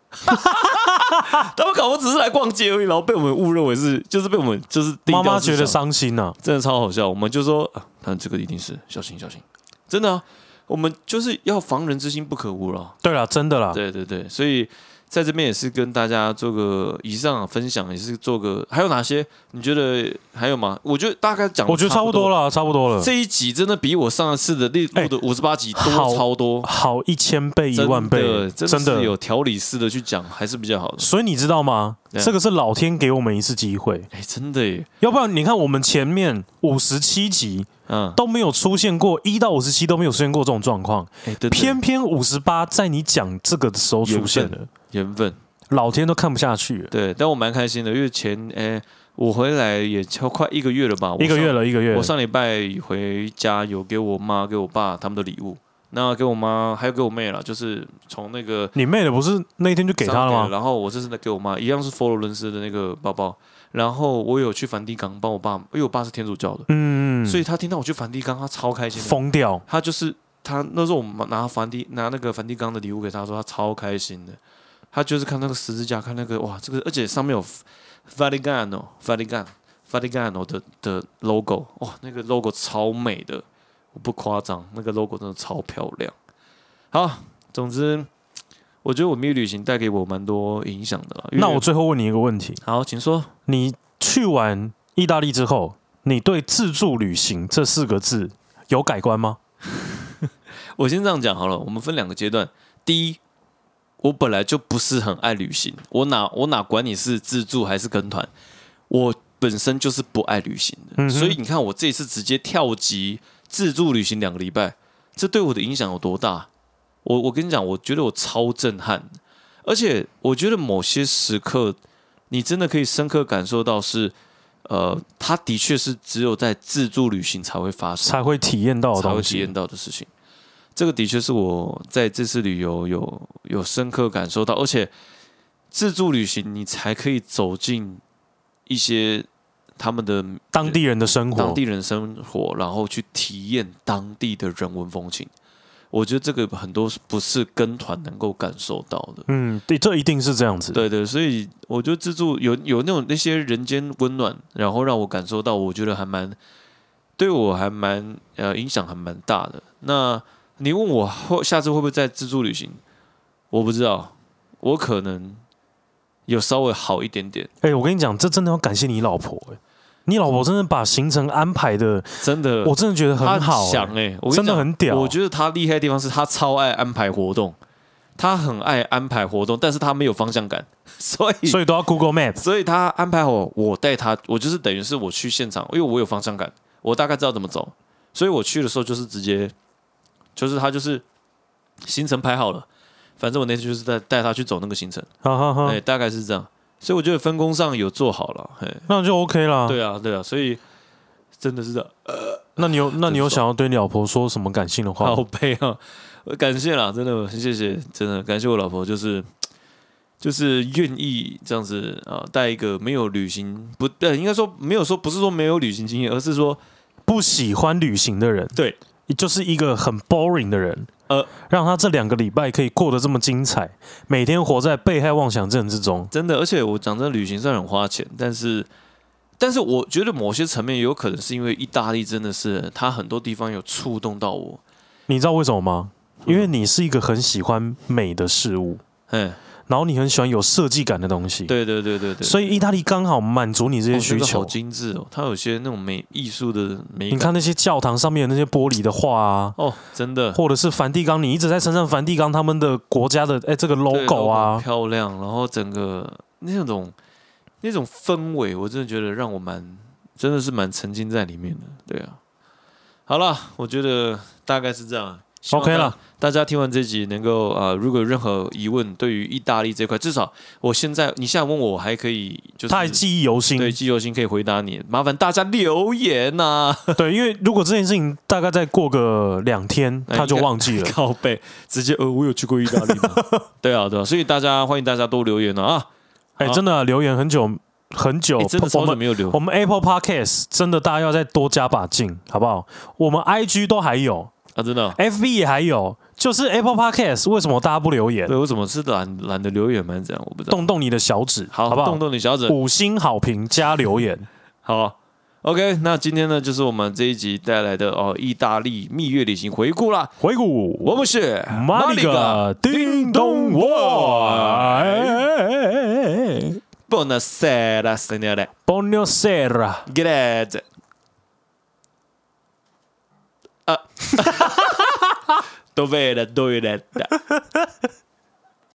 [SPEAKER 2] 他们搞不好只是来逛街而已，然后被我们误认为是，就是被我们就是定
[SPEAKER 1] 妈妈
[SPEAKER 2] 调是
[SPEAKER 1] 觉
[SPEAKER 2] 小
[SPEAKER 1] 得伤心啊呐、
[SPEAKER 2] 真的超好笑。我们就说，啊，那这个一定是小心小心，真的啊，我们就是要防人之心不可无了。
[SPEAKER 1] 对了，真的啦。
[SPEAKER 2] 对对对，所以在这边也是跟大家做个以上啊分享，也是做个还有哪些？你觉得还有吗？我觉得大概讲，
[SPEAKER 1] 我觉得差不多
[SPEAKER 2] 了。
[SPEAKER 1] 了，差不多了。
[SPEAKER 2] 这一集真的比我上一次的录录的五十八集多
[SPEAKER 1] 好
[SPEAKER 2] 超多，
[SPEAKER 1] 好一千倍、一万倍，
[SPEAKER 2] 真的
[SPEAKER 1] 真
[SPEAKER 2] 真的是有条理式的去讲，还是比较好的。
[SPEAKER 1] 所以你知道吗？
[SPEAKER 2] 对啊
[SPEAKER 1] 这个是老天给我们一次机会，
[SPEAKER 2] 哎，真的耶，
[SPEAKER 1] 要不然你看我们前面五十七集
[SPEAKER 2] 嗯，
[SPEAKER 1] 都没有出现过，一到五十七都没有出现过这种状况，
[SPEAKER 2] 哎，真的
[SPEAKER 1] 偏偏五十八在你讲这个的时候出现了，
[SPEAKER 2] 缘分。
[SPEAKER 1] 老天都看不下去了。
[SPEAKER 2] 对，但我蛮开心的，因为前诶、我回来也超快一个月了吧，我
[SPEAKER 1] 一个月了，一个月
[SPEAKER 2] 上。
[SPEAKER 1] 了
[SPEAKER 2] 我，上礼拜回家有给我妈、给我爸他们的礼物，那给我妈还有给我妹啦，就是从那个
[SPEAKER 1] 你妹的不是那一天就给她了
[SPEAKER 2] 商店
[SPEAKER 1] 吗？
[SPEAKER 2] 然后我这次呢给我妈一样是佛罗伦斯的那个包包，然后我有去梵蒂冈帮我爸，因为我爸是天主教的，
[SPEAKER 1] 嗯，
[SPEAKER 2] 所以他听到我去梵蒂冈，他超开心的，
[SPEAKER 1] 疯掉。
[SPEAKER 2] 他就是他那时候我们拿梵蒂拿那个梵蒂冈的礼物给他说，他超开心的。他就是看那个十字架，看那个哇，这个而且上面有 Vaticano Vatican Vaticano 的的 logo，哇，那个 logo 超美的，我不夸张，那个 logo 真的超漂亮。好，总之，我觉得我蜜月旅行带给我蛮多影响的啦。因为
[SPEAKER 1] 那我最后问你一个问题：
[SPEAKER 2] 好，请说。
[SPEAKER 1] 你去完意大利之后，你对“自助旅行”这四个字有改观吗？
[SPEAKER 2] 我先这样讲好了，我们分两个阶段。第一，我本来就不是很爱旅行，我哪我哪管你是自助还是跟团，我本身就是不爱旅行的。
[SPEAKER 1] 嗯哼
[SPEAKER 2] 所以你看，我这一次直接跳级自助旅行两个礼拜，这对我的影响有多大？我我跟你讲，我觉得我超震撼，而且我觉得某些时刻，你真的可以深刻感受到是，呃，它的确是只有在自助旅行才会发生。
[SPEAKER 1] 才会体验到的
[SPEAKER 2] 才会
[SPEAKER 1] 东
[SPEAKER 2] 体验
[SPEAKER 1] 西。
[SPEAKER 2] 到的事情。这个的确是我在这次旅游有有深刻感受到，而且自助旅行你才可以走进一些他们的
[SPEAKER 1] 当地人的生活，
[SPEAKER 2] 当地人生活，然后去体验当地的人文风情。我觉得这个很多是不是跟团能够感受到的。
[SPEAKER 1] 嗯，对，这一定是这样子。
[SPEAKER 2] 对对，所以我觉得自助有有那种那些人间温暖，然后让我感受到，我觉得还蛮对我还蛮呃影响还蛮大的。那你问我后下次会不会再自助旅行？我不知道，我可能有稍微好一点点，
[SPEAKER 1] 哎、我跟你讲，这真的要感谢你老婆、哎，你老婆真的把行程安排的，
[SPEAKER 2] 真的，
[SPEAKER 1] 我真的觉得
[SPEAKER 2] 他
[SPEAKER 1] 很好、哎
[SPEAKER 2] 想哎、我跟你
[SPEAKER 1] 真的
[SPEAKER 2] 讲
[SPEAKER 1] 很屌
[SPEAKER 2] 我觉得他厉害的地方是他超爱安排活动，他很爱安排活动，但是他没有方向感， 所以
[SPEAKER 1] 所以都要 Google Map。
[SPEAKER 2] 所以他安排好，我带他，我就是等于是我去现场，因为我有方向感，我大概知道怎么走，所以我去的时候就是直接，就是他就是行程排好了，反正我那次就是带带他去走那个行程，
[SPEAKER 1] 啊哈哈哈
[SPEAKER 2] 哎、，大概是这样，所以我觉得分工上有做好了，嘿，
[SPEAKER 1] 那就 OK 啦。，
[SPEAKER 2] 对啊，对啊，所以真的是这样，
[SPEAKER 1] 那你有那你有
[SPEAKER 2] 真爽
[SPEAKER 1] 想要对你老婆说什么感性的话？
[SPEAKER 2] 好悲啊，我感谢啦，真的很谢谢，真的感谢我老婆，就是。就是愿意这样子啊，带一个没有旅行不，呃，应该说没有说不是说没有旅行经验，而是说
[SPEAKER 1] 不喜欢旅行的人，
[SPEAKER 2] 对，
[SPEAKER 1] 就是一个很 boring 的人。
[SPEAKER 2] 呃，
[SPEAKER 1] 让他这两个礼拜可以过得这么精彩，每天活在被害妄想症之中。
[SPEAKER 2] 真的，而且我讲真的，旅行虽然很花钱，但是，但是我觉得某些层面有可能是因为意大利真的是它很多地方有触动到我，
[SPEAKER 1] 你知道为什么吗？因为你是一个很喜欢美的事物，
[SPEAKER 2] 嗯，
[SPEAKER 1] 然后你很喜欢有设计感的东西。
[SPEAKER 2] 对对对对对，
[SPEAKER 1] 所以意大利刚好满足你这
[SPEAKER 2] 以
[SPEAKER 1] 些需求。
[SPEAKER 2] 好精致哦，它有些那种美艺术的美
[SPEAKER 1] 你
[SPEAKER 2] 感
[SPEAKER 1] 看那些教堂上面的那些玻璃的画啊，
[SPEAKER 2] 哦，真的
[SPEAKER 1] 或者是梵蒂冈，你一直在称赞梵蒂冈他们的国家的哎这个
[SPEAKER 2] 对
[SPEAKER 1] logo 啊，
[SPEAKER 2] 漂亮，然后整个那种那种氛围，我真的觉得让我蛮真的是蛮沉浸在里面的，对啊。好了，我觉得大概是这样。啊希望
[SPEAKER 1] OK
[SPEAKER 2] 大
[SPEAKER 1] 了。
[SPEAKER 2] 大家听完这集能够啊、呃如果有任何疑问，对于意大利这块，至少我现在你现在问我，我还可以就是
[SPEAKER 1] 他还记忆犹新。
[SPEAKER 2] 对季游星可以回答你，麻烦大家留言啊呐、
[SPEAKER 1] 对，因为如果这件事情大概再过个两天，
[SPEAKER 2] 哎
[SPEAKER 1] 他就忘记 了。
[SPEAKER 2] 靠背，直接呃，我有去过意大利吗？对啊，对啊，所以大家欢迎大家多留言了啊！
[SPEAKER 1] 哎，
[SPEAKER 2] 好
[SPEAKER 1] 真的啊留言很久很久
[SPEAKER 2] 你、，真的
[SPEAKER 1] 我
[SPEAKER 2] 超久
[SPEAKER 1] 们
[SPEAKER 2] 没有留
[SPEAKER 1] 我们 Apple Podcast 真的大家要再多加把劲，好不好？我们 IG 都还有
[SPEAKER 2] 啊，真的啊、
[SPEAKER 1] ，FB 也还有，就是 Apple Podcast 为什么大家不留言？
[SPEAKER 2] 对，我怎么是懒懒得留言吗？还是怎样？我不知道。
[SPEAKER 1] 动动你的小指，
[SPEAKER 2] 好，
[SPEAKER 1] 不好？
[SPEAKER 2] 动动你小指。
[SPEAKER 1] 五星好评加留言，
[SPEAKER 2] 好，OK，那今天呢，就是我们这一集带来的哦，意大利蜜月旅行回顾啦。
[SPEAKER 1] 回顾
[SPEAKER 2] 我们是
[SPEAKER 1] 马里
[SPEAKER 2] 哥
[SPEAKER 1] 个叮咚哎我。哎
[SPEAKER 2] Buonasera, signore.
[SPEAKER 1] Buonasera，
[SPEAKER 2] Grazie. 啊，dove la toiletta?